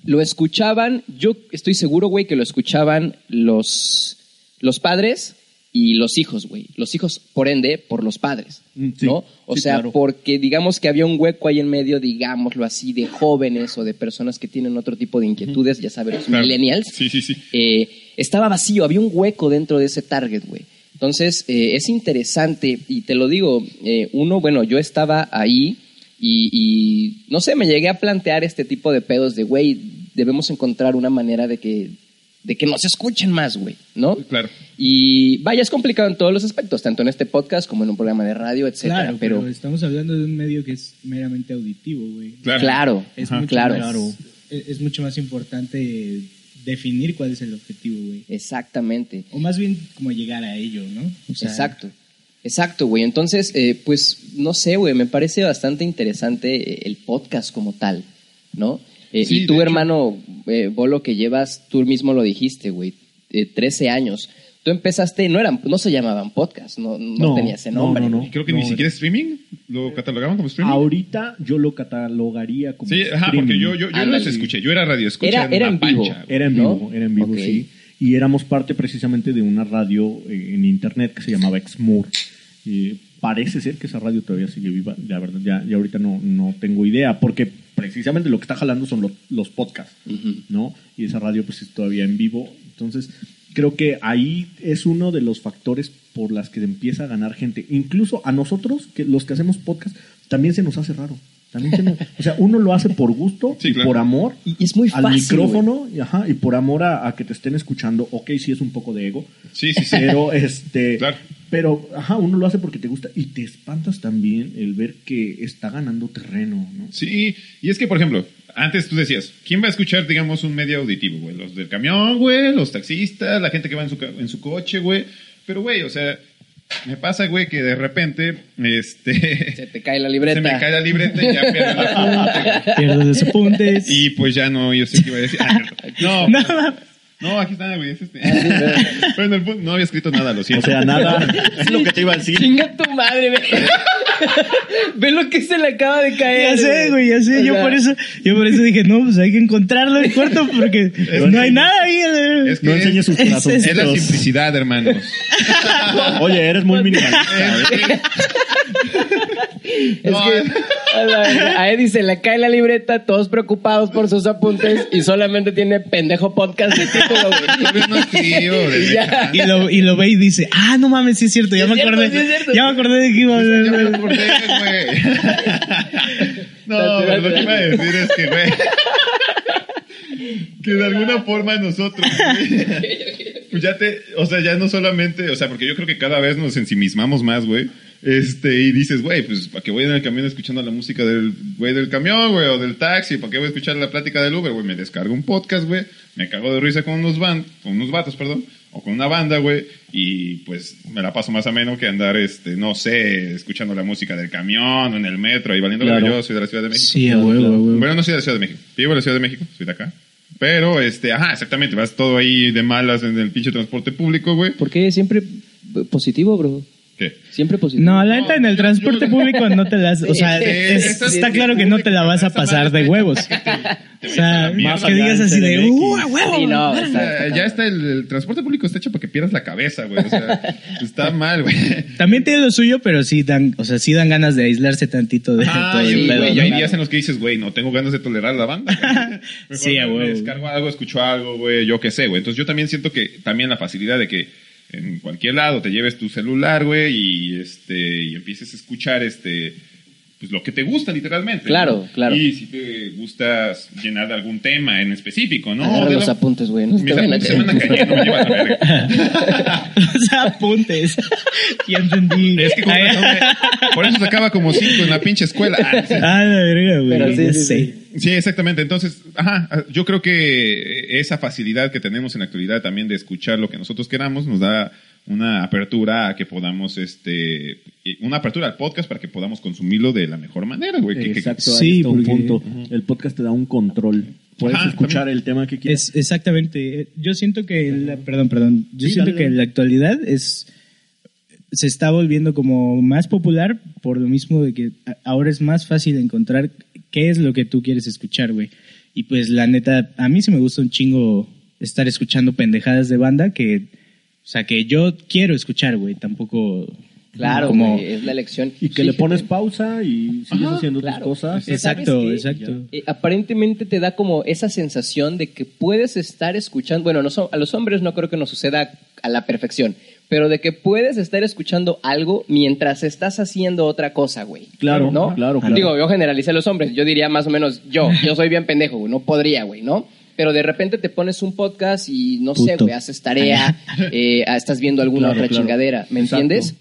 [SPEAKER 1] lo escuchaban, yo estoy seguro, güey, que lo escuchaban los, los padres y los hijos, güey. Los hijos, por ende, por los padres,
[SPEAKER 4] Mm, sí,
[SPEAKER 1] ¿no? O
[SPEAKER 4] sí,
[SPEAKER 1] sea,
[SPEAKER 4] claro.
[SPEAKER 1] porque digamos que había un hueco ahí en medio, digámoslo así, de jóvenes o de personas que tienen otro tipo de inquietudes, ya sabes, los
[SPEAKER 3] Claro.
[SPEAKER 1] millennials.
[SPEAKER 3] Sí, sí, sí.
[SPEAKER 1] Eh, estaba vacío, había un hueco dentro de ese target, güey. Entonces, eh, es interesante, y te lo digo, eh, uno, bueno, yo estaba ahí y, y, no sé, me llegué a plantear este tipo de pedos de, güey, debemos encontrar una manera de que, de que nos escuchen más, güey, ¿no?
[SPEAKER 3] Claro.
[SPEAKER 1] Y vaya, es complicado en todos los aspectos, tanto en este podcast como en un programa de radio, etcétera.
[SPEAKER 2] Claro, pero,
[SPEAKER 1] pero,
[SPEAKER 2] estamos hablando de un medio que es meramente auditivo, güey.
[SPEAKER 3] Claro.
[SPEAKER 1] claro,
[SPEAKER 2] Es
[SPEAKER 1] ajá,
[SPEAKER 2] mucho
[SPEAKER 1] claro.
[SPEAKER 2] más- e-, es- es mucho más importante definir cuál es el objetivo, güey.
[SPEAKER 1] Exactamente.
[SPEAKER 2] O más bien como llegar a ello, ¿no? O sea,
[SPEAKER 1] Exacto. Exacto, güey. Entonces, eh, pues, no sé, güey, me parece bastante interesante eh, el podcast como tal, ¿no? Eh,
[SPEAKER 3] Sí,
[SPEAKER 1] y
[SPEAKER 3] de
[SPEAKER 1] tú,
[SPEAKER 3] hecho.
[SPEAKER 1] hermano, eh, Bolo, que llevas, tú mismo lo dijiste, güey, eh, 13 años. Tú empezaste, no eran, no se llamaban podcast, no, no,
[SPEAKER 4] No,
[SPEAKER 1] tenía ese
[SPEAKER 4] no,
[SPEAKER 1] nombre.
[SPEAKER 4] no, no.
[SPEAKER 1] güey.
[SPEAKER 3] Creo que
[SPEAKER 4] No,
[SPEAKER 3] ni
[SPEAKER 4] era-
[SPEAKER 3] siquiera streaming. Lo catalogaban como streaming.
[SPEAKER 4] Ahorita yo lo catalogaría como.
[SPEAKER 3] Sí, ajá, porque
[SPEAKER 4] streaming.
[SPEAKER 3] yo, yo, yo
[SPEAKER 1] Ándale.
[SPEAKER 3] los escuché. Yo era radio escucha.
[SPEAKER 1] Era, era en vivo.
[SPEAKER 4] Era en
[SPEAKER 1] ¿no?
[SPEAKER 4] vivo, era en vivo,
[SPEAKER 1] Ok.
[SPEAKER 4] sí. Y éramos parte precisamente de una radio eh, en internet que se llamaba Exmoor. Eh, parece ser que esa radio todavía sigue viva. La verdad, ya, ya ahorita no, no tengo idea, porque precisamente lo que está jalando son los, los podcasts, ¿no? Y esa radio pues es todavía en vivo. Entonces, creo que ahí es uno de los factores por las que empieza a ganar gente. Incluso a nosotros, que los que hacemos podcast, también se nos hace raro. También se nos- o sea, uno lo hace por gusto,
[SPEAKER 3] Sí,
[SPEAKER 4] y
[SPEAKER 3] claro.
[SPEAKER 4] por amor,
[SPEAKER 1] Y es muy
[SPEAKER 4] al
[SPEAKER 1] fácil,
[SPEAKER 4] micrófono y, ajá, y por amor a, a que te estén escuchando, ok, sí es un poco de ego,
[SPEAKER 3] Sí, sí, sí.
[SPEAKER 4] pero este,
[SPEAKER 3] Claro.
[SPEAKER 4] pero ajá, uno lo hace porque te gusta y te espantas también el ver que está ganando terreno, ¿no?
[SPEAKER 3] Sí, y es que, por ejemplo, Antes tú decías, ¿quién va a escuchar, digamos, un medio auditivo, güey? Los del camión, güey, los taxistas, la gente que va en su, ca- en su coche, güey. Pero, güey, o sea, me pasa, güey, que de repente, este...
[SPEAKER 1] Se te cae la libreta.
[SPEAKER 3] Se me cae la libreta y ya pierdo el apunte, güey.
[SPEAKER 2] Pierdes los apuntes.
[SPEAKER 3] Y pues ya no, yo sé que iba a decir. Ah, no, no, no, aquí está, güey. es este. bueno, el punto- no había escrito nada, lo
[SPEAKER 4] Ah, O
[SPEAKER 3] siento.
[SPEAKER 4] sea, nada. es lo que te iba a decir.
[SPEAKER 1] Chinga tu madre, ve. ve lo que se le acaba de caer.
[SPEAKER 2] Ya sé, güey, ya sé.
[SPEAKER 1] O
[SPEAKER 2] Yo
[SPEAKER 1] sea,
[SPEAKER 2] por eso, yo por eso dije, no, pues hay que encontrarlo el cuarto porque no hay nada ahí.
[SPEAKER 3] es que
[SPEAKER 4] No enseñes sus
[SPEAKER 2] Es- es-
[SPEAKER 4] corazoncitos.
[SPEAKER 3] es la simplicidad, hermanos.
[SPEAKER 4] Oye, eres muy minimalista. ¿eh?
[SPEAKER 1] es
[SPEAKER 3] No, eh. es-
[SPEAKER 1] que a, la- a Eddie se le cae la libreta, todos preocupados por sus apuntes y solamente tiene pendejo podcast de título, güey.
[SPEAKER 3] Todavía no escribo, güey.
[SPEAKER 1] Y ya.
[SPEAKER 2] Y lo, y lo ve y dice, ah, no mames, sí es cierto, ya
[SPEAKER 1] Sí es
[SPEAKER 2] me
[SPEAKER 1] cierto,
[SPEAKER 2] acordé.
[SPEAKER 1] sí es cierto.
[SPEAKER 2] ya me acordé de que iba a
[SPEAKER 3] Ya me
[SPEAKER 2] hablar.
[SPEAKER 3] acordé, güey. No,
[SPEAKER 1] Date,
[SPEAKER 3] pero lo
[SPEAKER 1] date.
[SPEAKER 3] que iba a decir es que, güey. Que de alguna forma nosotros, güey, pues ya te, o sea, ya no solamente, o sea, porque yo creo que cada vez nos ensimismamos más, güey. Este, y dices, güey, pues, ¿para qué voy en el camión escuchando la música del güey del camión, güey, o del taxi? ¿Para qué voy a escuchar la plática del Uber, güey? Me descargo un podcast, güey, me cago de risa con unos van, con unos vatos, perdón, o con una banda, güey, y pues me la paso más ameno que andar, este, no sé, escuchando la música del camión o en el metro, y valiendo que
[SPEAKER 4] Claro.
[SPEAKER 3] yo soy de la Ciudad de México.
[SPEAKER 2] Sí, a huevo, a huevo.
[SPEAKER 3] Bueno, no soy de la Ciudad de México. Vivo en la Ciudad de México, soy de acá. Pero, este, ajá, exactamente, vas todo ahí de malas en el pinche transporte público, güey.
[SPEAKER 1] ¿Por qué siempre positivo, bro?
[SPEAKER 3] ¿Qué?
[SPEAKER 1] Siempre positivo.
[SPEAKER 2] No, la neta, en el transporte público no te las. O sea,
[SPEAKER 1] Sí,
[SPEAKER 3] Eh,
[SPEAKER 2] es-
[SPEAKER 1] sí,
[SPEAKER 2] está
[SPEAKER 1] sí,
[SPEAKER 2] claro que no te la vas a
[SPEAKER 3] esa madre
[SPEAKER 2] pasar de
[SPEAKER 3] está-
[SPEAKER 2] huevos.
[SPEAKER 3] Te
[SPEAKER 2] O
[SPEAKER 3] vayas a
[SPEAKER 2] sea,
[SPEAKER 3] la mierda.
[SPEAKER 2] que digas así de,
[SPEAKER 4] CDMX.
[SPEAKER 2] uh, a huevo.
[SPEAKER 1] Sí, no,
[SPEAKER 3] O
[SPEAKER 1] está-
[SPEAKER 3] sea,
[SPEAKER 1] está
[SPEAKER 3] ya
[SPEAKER 1] cabrón.
[SPEAKER 3] está, el, el transporte público está hecho para que pierdas la cabeza, güey. O sea, está mal, güey.
[SPEAKER 2] También tiene lo suyo, pero sí dan, o sea, sí dan ganas de aislarse tantito de todo
[SPEAKER 3] Ay,
[SPEAKER 2] el
[SPEAKER 3] Ah, güey,
[SPEAKER 2] pedo,
[SPEAKER 3] y
[SPEAKER 2] ¿no?
[SPEAKER 3] hay días en los que dices, güey, no tengo ganas de tolerar la banda. güey. Mejor
[SPEAKER 2] Sí, a
[SPEAKER 3] me
[SPEAKER 2] huevo.
[SPEAKER 3] Descargo algo, escucho algo, güey, yo qué sé, güey. Entonces yo también siento que también la facilidad de que en cualquier lado te lleves tu celular, güey, y este y empieces a escuchar este pues lo que te gusta literalmente. ¿no?
[SPEAKER 1] Claro, claro.
[SPEAKER 3] Y si te gustas llenar de algún tema en específico, ¿no?
[SPEAKER 1] Agarra
[SPEAKER 3] De
[SPEAKER 1] los
[SPEAKER 3] la-
[SPEAKER 1] apuntes, güey. No se te
[SPEAKER 3] Mis
[SPEAKER 1] vayan a
[SPEAKER 3] apuntes se van a
[SPEAKER 1] caer.
[SPEAKER 3] caer, no me llevan a la verga.
[SPEAKER 2] O sea, apuntes. Ya entendí.
[SPEAKER 3] Es que con razón, güey, por eso sacaba como cinco en la pinche escuela. Ah, no sé.
[SPEAKER 2] Ah, la verga, güey.
[SPEAKER 1] Pero sí,
[SPEAKER 2] ya
[SPEAKER 1] sí,
[SPEAKER 2] sé.
[SPEAKER 1] sí.
[SPEAKER 3] Sí, exactamente. Entonces, ajá, yo creo que esa facilidad que tenemos en la actualidad también de escuchar lo que nosotros queramos nos da una apertura a que podamos, este, una apertura al podcast para que podamos consumirlo de la mejor manera, güey. Que- que-
[SPEAKER 4] Exacto, ahí
[SPEAKER 2] Sí,
[SPEAKER 4] está un
[SPEAKER 2] porque-
[SPEAKER 4] punto. El podcast te da un control. Puedes
[SPEAKER 3] Ajá,
[SPEAKER 4] escuchar el tema que quieras.
[SPEAKER 2] Es, exactamente. Eh, Yo siento que, en la, perdón, perdón. Yo
[SPEAKER 4] Sí,
[SPEAKER 2] siento
[SPEAKER 4] dale,
[SPEAKER 2] que en
[SPEAKER 4] dale.
[SPEAKER 2] la actualidad es se está volviendo como más popular por lo mismo de que a- ahora es más fácil encontrar qué es lo que tú quieres escuchar, güey. Y pues la neta, a mí sí me gusta un chingo estar escuchando pendejadas de banda que, o sea, que yo quiero escuchar, güey. Tampoco
[SPEAKER 1] Claro,
[SPEAKER 2] como-
[SPEAKER 1] güey, es la elección.
[SPEAKER 4] Y que le
[SPEAKER 1] Fíjate.
[SPEAKER 4] pones pausa y sigues
[SPEAKER 1] Ajá,
[SPEAKER 4] haciendo
[SPEAKER 1] claro.
[SPEAKER 4] tus cosas.
[SPEAKER 1] Es-
[SPEAKER 2] Exacto,
[SPEAKER 1] ¿Sabes qué?
[SPEAKER 2] exacto.
[SPEAKER 1] Eh, aparentemente te da como esa sensación de que puedes estar escuchando, bueno, no son- a los hombres no creo que nos suceda a la perfección, pero de que puedes estar escuchando algo mientras estás haciendo otra cosa, güey.
[SPEAKER 4] Claro,
[SPEAKER 1] ¿no?
[SPEAKER 4] claro, claro.
[SPEAKER 1] Digo, yo generalicé a los hombres, yo diría más o menos yo, yo soy bien pendejo, güey, no podría, güey, ¿no? Pero de repente te pones un podcast y no sé,
[SPEAKER 2] Puto.
[SPEAKER 1] güey, haces tarea, eh, estás viendo alguna
[SPEAKER 4] Claro,
[SPEAKER 1] otra
[SPEAKER 4] claro.
[SPEAKER 1] chingadera, ¿me
[SPEAKER 4] Exacto.
[SPEAKER 1] entiendes?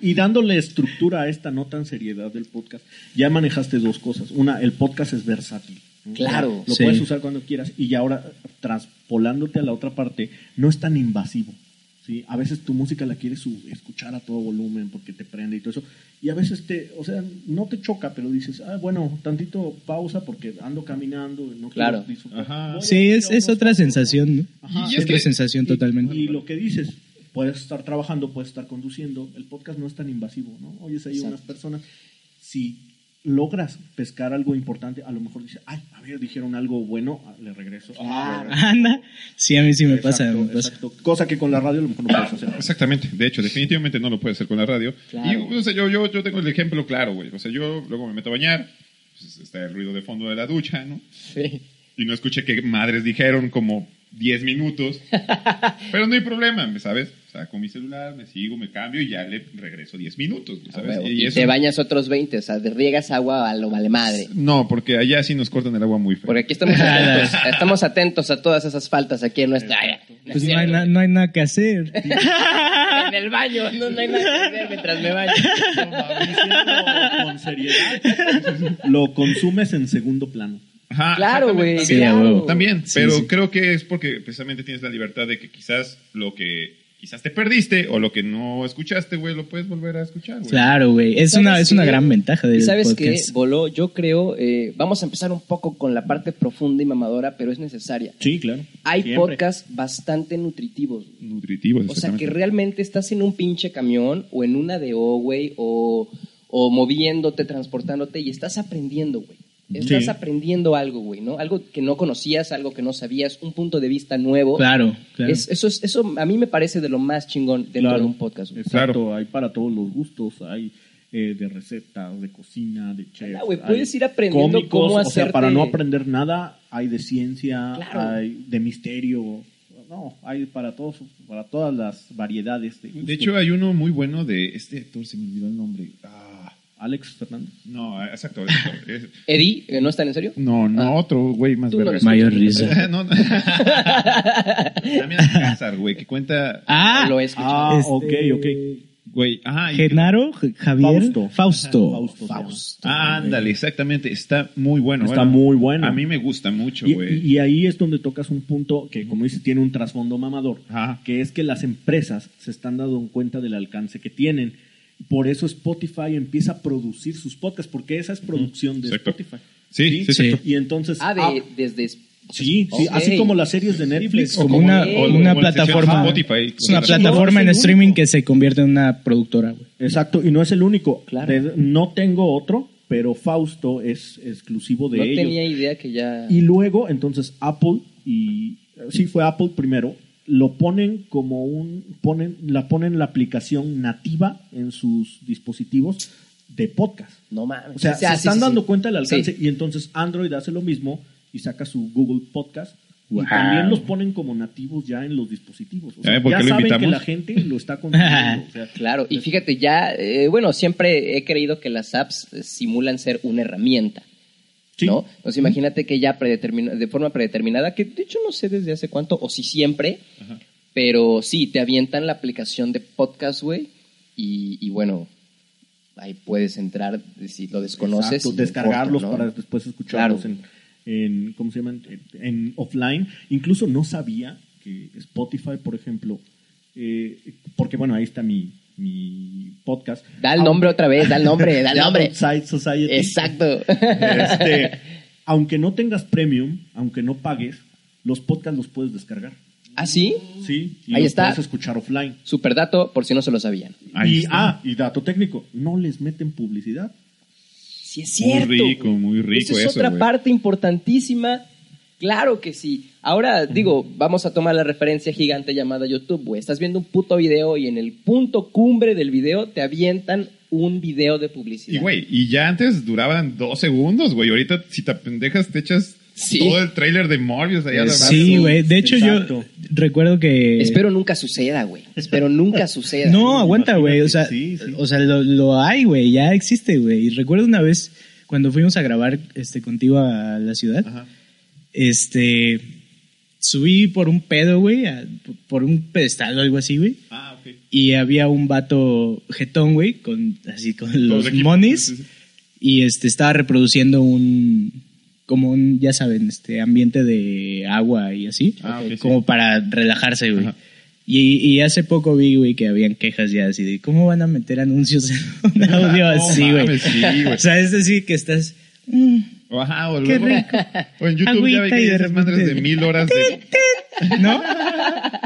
[SPEAKER 4] Y dándole estructura a esta no tan seriedad del podcast, ya manejaste dos cosas. Una, el podcast es versátil. ¿no?
[SPEAKER 1] Claro.
[SPEAKER 4] Lo
[SPEAKER 2] Sí.
[SPEAKER 4] puedes usar cuando quieras. Y ya ahora, traspolándote a la otra parte, no es tan invasivo. ¿sí? A veces tu música la quieres su- escuchar a todo volumen porque te prende y todo eso. Y a veces te, o sea, no te choca, pero dices, ah, bueno, tantito pausa porque ando caminando. No quiero
[SPEAKER 1] Claro.
[SPEAKER 4] disfrutar".
[SPEAKER 3] Ajá.
[SPEAKER 4] Voy a
[SPEAKER 2] Sí,
[SPEAKER 4] ir a
[SPEAKER 2] es, es
[SPEAKER 4] unos
[SPEAKER 2] otra
[SPEAKER 4] pasos, ¿no?
[SPEAKER 2] sensación, ¿no?
[SPEAKER 4] Ajá.
[SPEAKER 3] Y
[SPEAKER 2] es
[SPEAKER 3] es
[SPEAKER 2] otra
[SPEAKER 3] que-
[SPEAKER 2] sensación
[SPEAKER 4] Y-
[SPEAKER 2] totalmente.
[SPEAKER 4] Y lo que dices, puedes estar trabajando, puedes estar conduciendo. El podcast no es tan invasivo, ¿no? Oyes ahí
[SPEAKER 1] Exacto.
[SPEAKER 4] unas personas. Si logras pescar algo importante, a lo mejor dices, ay, a ver, dijeron algo bueno, ah, le regreso. Ah, le regreso.
[SPEAKER 2] Anda, sí, a mí sí me
[SPEAKER 4] Exacto,
[SPEAKER 2] pasa, me pasa.
[SPEAKER 4] exacto. Cosa que con la radio a lo mejor no puedes hacer.
[SPEAKER 3] Exactamente, de hecho, definitivamente no lo puedes hacer con la radio.
[SPEAKER 1] Claro.
[SPEAKER 3] Y, o sea, yo, yo, yo tengo el ejemplo claro, güey. O sea, yo luego me meto a bañar, pues, está el ruido de fondo de la ducha, ¿no?
[SPEAKER 1] Sí.
[SPEAKER 3] y no escuché qué madres dijeron como 10 minutos. Pero no hay problema, ¿me ¿sabes? Saco mi celular, me sigo, me cambio y ya le regreso 10 minutos, ¿me ¿sabes?
[SPEAKER 1] Y,
[SPEAKER 3] eso-
[SPEAKER 1] te bañas otros 20, o sea, te riegas agua a lo vale madre.
[SPEAKER 3] No, porque allá sí nos cortan el agua muy feo.
[SPEAKER 1] Porque aquí estamos atentos, estamos atentos a todas esas faltas aquí en nuestra área.
[SPEAKER 2] Pues no hay, na- no hay nada que hacer.
[SPEAKER 1] en el baño. No, no hay nada que hacer mientras me baño.
[SPEAKER 4] No mames, era lo- con seriedad. Lo consumes en segundo plano.
[SPEAKER 3] Ajá,
[SPEAKER 1] Claro, güey.
[SPEAKER 3] exactamente, también.
[SPEAKER 2] Sí, a
[SPEAKER 1] claro.
[SPEAKER 2] huevo.
[SPEAKER 3] También,
[SPEAKER 2] Sí,
[SPEAKER 3] pero
[SPEAKER 2] sí.
[SPEAKER 3] creo que es porque precisamente tienes la libertad de que quizás lo que quizás te perdiste o lo que no escuchaste, güey, lo puedes volver a escuchar, güey.
[SPEAKER 2] Claro, güey. Es una,
[SPEAKER 1] ¿Sabes
[SPEAKER 2] es una
[SPEAKER 1] qué?
[SPEAKER 2] gran ventaja del
[SPEAKER 1] ¿Y sabes qué,
[SPEAKER 2] podcast.
[SPEAKER 1] Voló? Yo creo, eh, vamos a empezar un poco con la parte profunda y mamadora, pero es necesaria.
[SPEAKER 4] Sí, claro.
[SPEAKER 1] Hay
[SPEAKER 4] Siempre.
[SPEAKER 1] podcasts bastante nutritivos. güey.
[SPEAKER 3] Nutritivo,
[SPEAKER 1] O sea, que
[SPEAKER 3] exactamente.
[SPEAKER 1] realmente estás en un pinche camión o en una de O, güey, o, o moviéndote, transportándote y estás aprendiendo, güey. Estás
[SPEAKER 4] Sí.
[SPEAKER 1] aprendiendo algo, güey, ¿no? Algo que no conocías, algo que no sabías, un punto de vista nuevo.
[SPEAKER 2] Claro, claro.
[SPEAKER 1] Es- eso, es- eso a mí me parece de lo más chingón dentro
[SPEAKER 4] Claro.
[SPEAKER 1] de un podcast. güey.
[SPEAKER 4] Exacto, hay para todos los gustos, hay eh, de recetas, de cocina, de chef.
[SPEAKER 1] Ah, güey,
[SPEAKER 4] hay
[SPEAKER 1] puedes ir aprendiendo cómo
[SPEAKER 4] O sea, para
[SPEAKER 1] hacerte-
[SPEAKER 4] no aprender nada, hay de ciencia,
[SPEAKER 1] Claro.
[SPEAKER 4] hay de misterio. No, hay para todos, para todas las variedades. De, gustos.
[SPEAKER 3] De hecho, hay uno muy bueno de este actor, se me olvidó el nombre. Ah,
[SPEAKER 4] Alex Fernández.
[SPEAKER 3] no, exacto. exacto. Es-
[SPEAKER 1] Eddie, ¿eh, ¿no están en serio?
[SPEAKER 3] no, no,
[SPEAKER 1] Ah.
[SPEAKER 3] otro güey más
[SPEAKER 1] Tú no
[SPEAKER 3] verga.
[SPEAKER 1] eres
[SPEAKER 2] Mayor risa.
[SPEAKER 3] no, no. También Alcázar, güey, que cuenta,
[SPEAKER 2] Ah,
[SPEAKER 1] Lo he escuchado.
[SPEAKER 4] Ah,
[SPEAKER 2] Este-
[SPEAKER 4] ok, ok.
[SPEAKER 3] güey, ajá, y-
[SPEAKER 2] Genaro, J- Javier.
[SPEAKER 4] Fausto.
[SPEAKER 2] Fausto.
[SPEAKER 4] Fausto se llama.
[SPEAKER 3] ah, ándale, exactamente, está muy bueno.
[SPEAKER 4] Está muy bueno.
[SPEAKER 3] A mí me gusta mucho,
[SPEAKER 4] Y-
[SPEAKER 3] güey.
[SPEAKER 4] Y, y ahí es donde tocas un punto que, como dices, tiene un trasfondo mamador,
[SPEAKER 3] Ajá.
[SPEAKER 4] que es que las empresas se están dando cuenta del alcance que tienen. Por eso Spotify empieza a producir sus podcasts, porque esa es producción de
[SPEAKER 3] exacto.
[SPEAKER 4] Spotify.
[SPEAKER 3] Sí, sí,
[SPEAKER 2] Sí.
[SPEAKER 3] sí.
[SPEAKER 4] Y entonces...
[SPEAKER 1] Ah, de-
[SPEAKER 4] ah,
[SPEAKER 1] desde...
[SPEAKER 4] sí, sí,
[SPEAKER 1] Ok.
[SPEAKER 4] así como las series de Netflix.
[SPEAKER 2] Como,
[SPEAKER 3] como
[SPEAKER 2] una,
[SPEAKER 1] el-
[SPEAKER 2] o
[SPEAKER 1] o
[SPEAKER 2] una
[SPEAKER 3] como la sección
[SPEAKER 2] plataforma.
[SPEAKER 3] Spotify.
[SPEAKER 2] es una
[SPEAKER 3] Sí,
[SPEAKER 4] no,
[SPEAKER 2] plataforma en
[SPEAKER 4] es el
[SPEAKER 2] streaming
[SPEAKER 4] único.
[SPEAKER 2] que se convierte en una productora, güey.
[SPEAKER 4] Exacto, y no es el único.
[SPEAKER 1] Claro.
[SPEAKER 4] De- no tengo otro, pero Fausto es exclusivo de
[SPEAKER 1] no
[SPEAKER 4] ellos.
[SPEAKER 1] tenía idea que ya...
[SPEAKER 4] Y luego, entonces, Apple y sí fue Apple primero, lo ponen como un ponen la ponen la aplicación nativa en sus dispositivos de podcast.
[SPEAKER 1] No mames.
[SPEAKER 4] O sea, se
[SPEAKER 1] sí,
[SPEAKER 4] están
[SPEAKER 1] sí,
[SPEAKER 4] dando
[SPEAKER 1] sí.
[SPEAKER 4] cuenta del alcance
[SPEAKER 1] Sí.
[SPEAKER 4] y entonces Android hace lo mismo y saca su Google Podcast.
[SPEAKER 2] Wow.
[SPEAKER 4] Y también los ponen como nativos ya en los dispositivos. O sea,
[SPEAKER 1] Eh,
[SPEAKER 3] ¿Saben por
[SPEAKER 4] ya
[SPEAKER 3] qué lo
[SPEAKER 4] saben que
[SPEAKER 3] invitamos?
[SPEAKER 4] la gente lo está consumiendo. o sea,
[SPEAKER 1] Claro, y fíjate, ya, eh, bueno, siempre he creído que las apps eh, simulan ser una herramienta,
[SPEAKER 4] sí.
[SPEAKER 1] ¿no? Entonces imagínate que ya predetermina- de forma predeterminada, que de hecho no sé desde hace cuánto, o si siempre, pero sí, te avientan la aplicación de podcast, güey, y, y bueno, ahí puedes entrar si lo desconoces.
[SPEAKER 4] Exacto,
[SPEAKER 1] y no
[SPEAKER 4] descargarlos
[SPEAKER 1] importa, ¿no?
[SPEAKER 4] para después escucharlos
[SPEAKER 1] Claro.
[SPEAKER 4] en, en, ¿cómo se llaman? En, en offline. Incluso no sabía que Spotify, por ejemplo, eh, porque bueno, ahí está mi, mi podcast.
[SPEAKER 1] Da el nombre otra vez, da el nombre, da el
[SPEAKER 4] The
[SPEAKER 1] nombre.
[SPEAKER 4] Outside Society.
[SPEAKER 1] Exacto.
[SPEAKER 4] Este, aunque no tengas premium, aunque no pagues, los podcasts los puedes descargar.
[SPEAKER 1] ¿Ah, sí?
[SPEAKER 4] Sí, y
[SPEAKER 1] Ahí
[SPEAKER 4] los
[SPEAKER 1] está.
[SPEAKER 4] puedes escuchar offline.
[SPEAKER 1] Super dato, por si no se lo sabían.
[SPEAKER 3] Ahí
[SPEAKER 4] y,
[SPEAKER 3] está.
[SPEAKER 4] ah, y dato técnico, no les meten publicidad.
[SPEAKER 1] Sí, es cierto.
[SPEAKER 3] Muy rico,
[SPEAKER 1] güey.
[SPEAKER 3] muy
[SPEAKER 1] Esa
[SPEAKER 3] rico
[SPEAKER 1] es
[SPEAKER 3] eso,
[SPEAKER 1] otra
[SPEAKER 3] güey.
[SPEAKER 1] parte importantísima. Claro que sí. Ahora, digo, vamos a tomar la referencia gigante llamada YouTube, güey. Estás viendo un puto video y en el punto cumbre del video te avientan un video de publicidad.
[SPEAKER 3] Y, güey, y ya antes duraban dos segundos, güey. Ahorita, si te pendejas, te echas
[SPEAKER 1] Sí.
[SPEAKER 3] todo el tráiler de Morbius allá. además.
[SPEAKER 2] Sí, güey. De hecho,
[SPEAKER 4] Exacto.
[SPEAKER 2] yo recuerdo que.
[SPEAKER 1] Espero nunca suceda, güey. Espero nunca suceda.
[SPEAKER 2] No, aguanta, güey. O sea,
[SPEAKER 4] Imagínate, sí, sí.
[SPEAKER 2] o sea lo, lo hay, güey. Ya existe, güey. Y recuerdo una vez cuando fuimos a grabar este, contigo a la ciudad.
[SPEAKER 3] Ajá.
[SPEAKER 2] Este. Subí por un pedo, güey. a- Por un pedestal o algo así, güey.
[SPEAKER 3] Ah, ok.
[SPEAKER 2] Y había un vato jetón, güey, con, así con los
[SPEAKER 3] equipos.
[SPEAKER 2] monis.
[SPEAKER 3] Sí, sí, sí.
[SPEAKER 2] Y este, estaba reproduciendo un. Como un, ya saben, este ambiente de agua y así.
[SPEAKER 3] Ah, ok, sí.
[SPEAKER 2] como para relajarse, güey.
[SPEAKER 3] Ajá.
[SPEAKER 2] Y, y hace poco vi, güey, que habían quejas ya así de cómo van a meter anuncios en un audio
[SPEAKER 3] No
[SPEAKER 2] así, güey.
[SPEAKER 3] mames, sí, güey.
[SPEAKER 2] o sea, es decir, que estás. mm,
[SPEAKER 3] O Ajá, o,
[SPEAKER 2] Qué
[SPEAKER 3] luego-
[SPEAKER 2] rico.
[SPEAKER 3] o en YouTube ya ve
[SPEAKER 2] Agüita y
[SPEAKER 3] que
[SPEAKER 2] de
[SPEAKER 3] esas madres de
[SPEAKER 2] repente-
[SPEAKER 3] mil horas de... pues
[SPEAKER 2] ¿No?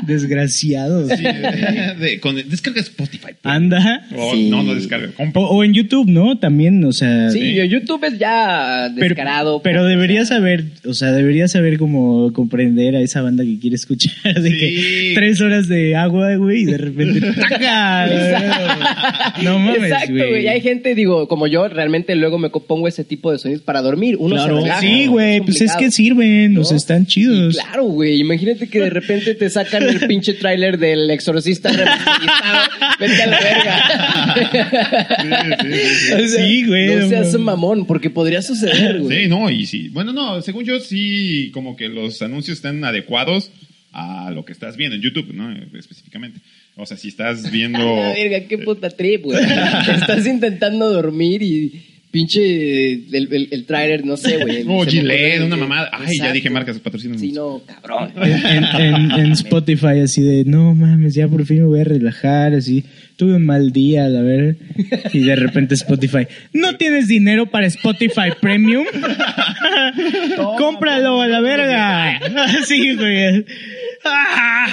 [SPEAKER 2] Desgraciados.
[SPEAKER 3] sí, de- de- con- descarga Spotify.
[SPEAKER 2] Anda.
[SPEAKER 3] O-
[SPEAKER 1] Sí.
[SPEAKER 3] No, no descarga.
[SPEAKER 2] O,
[SPEAKER 3] compra.
[SPEAKER 2] o en YouTube, ¿no? También, o sea. eh,
[SPEAKER 1] Sí, YouTube es ya descarado.
[SPEAKER 2] Pero,
[SPEAKER 1] por-
[SPEAKER 2] deberías saber, o sea, deberías saber cómo comprender a esa banda que quiere escuchar de
[SPEAKER 3] Sí.
[SPEAKER 2] que tres horas de agua, güey, y de repente ¡taca! no mames,
[SPEAKER 1] Exacto, güey. Hay gente, digo, como yo, realmente luego me compongo ese tipo de sonidos para dormir. Uno se
[SPEAKER 4] Claro.
[SPEAKER 1] relaja,
[SPEAKER 2] Sí,
[SPEAKER 1] ¿no?
[SPEAKER 2] güey, pues es
[SPEAKER 1] complicado.
[SPEAKER 2] que sirven, o sea, están chidos.
[SPEAKER 1] Y claro, güey. Imagínate que de repente te sacan el pinche tráiler del exorcista remasterizado. Vete a la verga.
[SPEAKER 3] Sí, sí, sí.
[SPEAKER 1] O sea,
[SPEAKER 2] Sí, güey,
[SPEAKER 1] No
[SPEAKER 2] no
[SPEAKER 1] seas
[SPEAKER 2] mames.
[SPEAKER 1] un mamón, porque podría suceder, güey.
[SPEAKER 3] Sí, no, y sí. Bueno, no, según yo sí, como que los anuncios están adecuados a lo que estás viendo en YouTube, ¿no? Específicamente. O sea, si estás viendo...
[SPEAKER 1] La Ah, verga, qué puta trip, güey. Estás intentando dormir y pinche eh, el, el, el trailer, no sé, güey. Se
[SPEAKER 3] No,
[SPEAKER 1] me ocurre
[SPEAKER 3] Oh, Gillette,
[SPEAKER 1] que-
[SPEAKER 3] una mamada. Ay, ya
[SPEAKER 1] Exacto.
[SPEAKER 3] dije marcas, patrocinan.
[SPEAKER 1] Sí, no, cabrón.
[SPEAKER 2] En, en- en Spotify, así de, no mames, ya por fin me voy a relajar, así. Tuve un mal día, a ver. Y de repente Spotify, ¿no tienes dinero para Spotify Premium? ¡Cómpralo a la verga! Así, güey. Ah.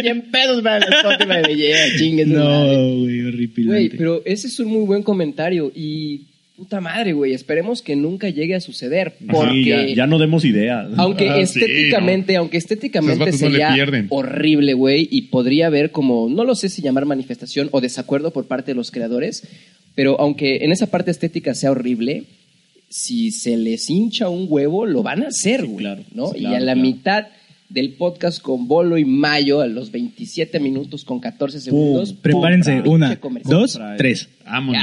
[SPEAKER 1] 100 pesos para el Spotify me llega, chingues. madre.
[SPEAKER 2] No, güey,
[SPEAKER 1] Güey,
[SPEAKER 2] horripilante.
[SPEAKER 1] pero ese es un muy buen comentario y puta madre, güey. Esperemos que nunca llegue a suceder. Porque
[SPEAKER 4] Sí, ya, ya no demos ideas.
[SPEAKER 1] Aunque
[SPEAKER 3] Ah, sí,
[SPEAKER 1] estéticamente, aunque
[SPEAKER 3] Esos
[SPEAKER 1] estéticamente
[SPEAKER 3] vatos no le
[SPEAKER 1] sería
[SPEAKER 3] pierden.
[SPEAKER 1] horrible, güey, y podría haber como, no lo sé si llamar manifestación o desacuerdo por parte de los creadores, pero aunque en esa parte estética sea horrible, si se les hincha un huevo, lo van a hacer, güey.
[SPEAKER 4] claro,
[SPEAKER 1] ¿no?
[SPEAKER 4] sí,
[SPEAKER 1] y a
[SPEAKER 4] claro,
[SPEAKER 1] la
[SPEAKER 4] claro.
[SPEAKER 1] mitad del podcast con Bolo y Mayo, a los 27 minutos con 14 segundos. pum,
[SPEAKER 2] Prepárense,
[SPEAKER 1] pinche
[SPEAKER 2] una,
[SPEAKER 1] comercial.
[SPEAKER 2] dos,
[SPEAKER 4] Compra, eh.
[SPEAKER 2] tres.
[SPEAKER 3] Vámonos.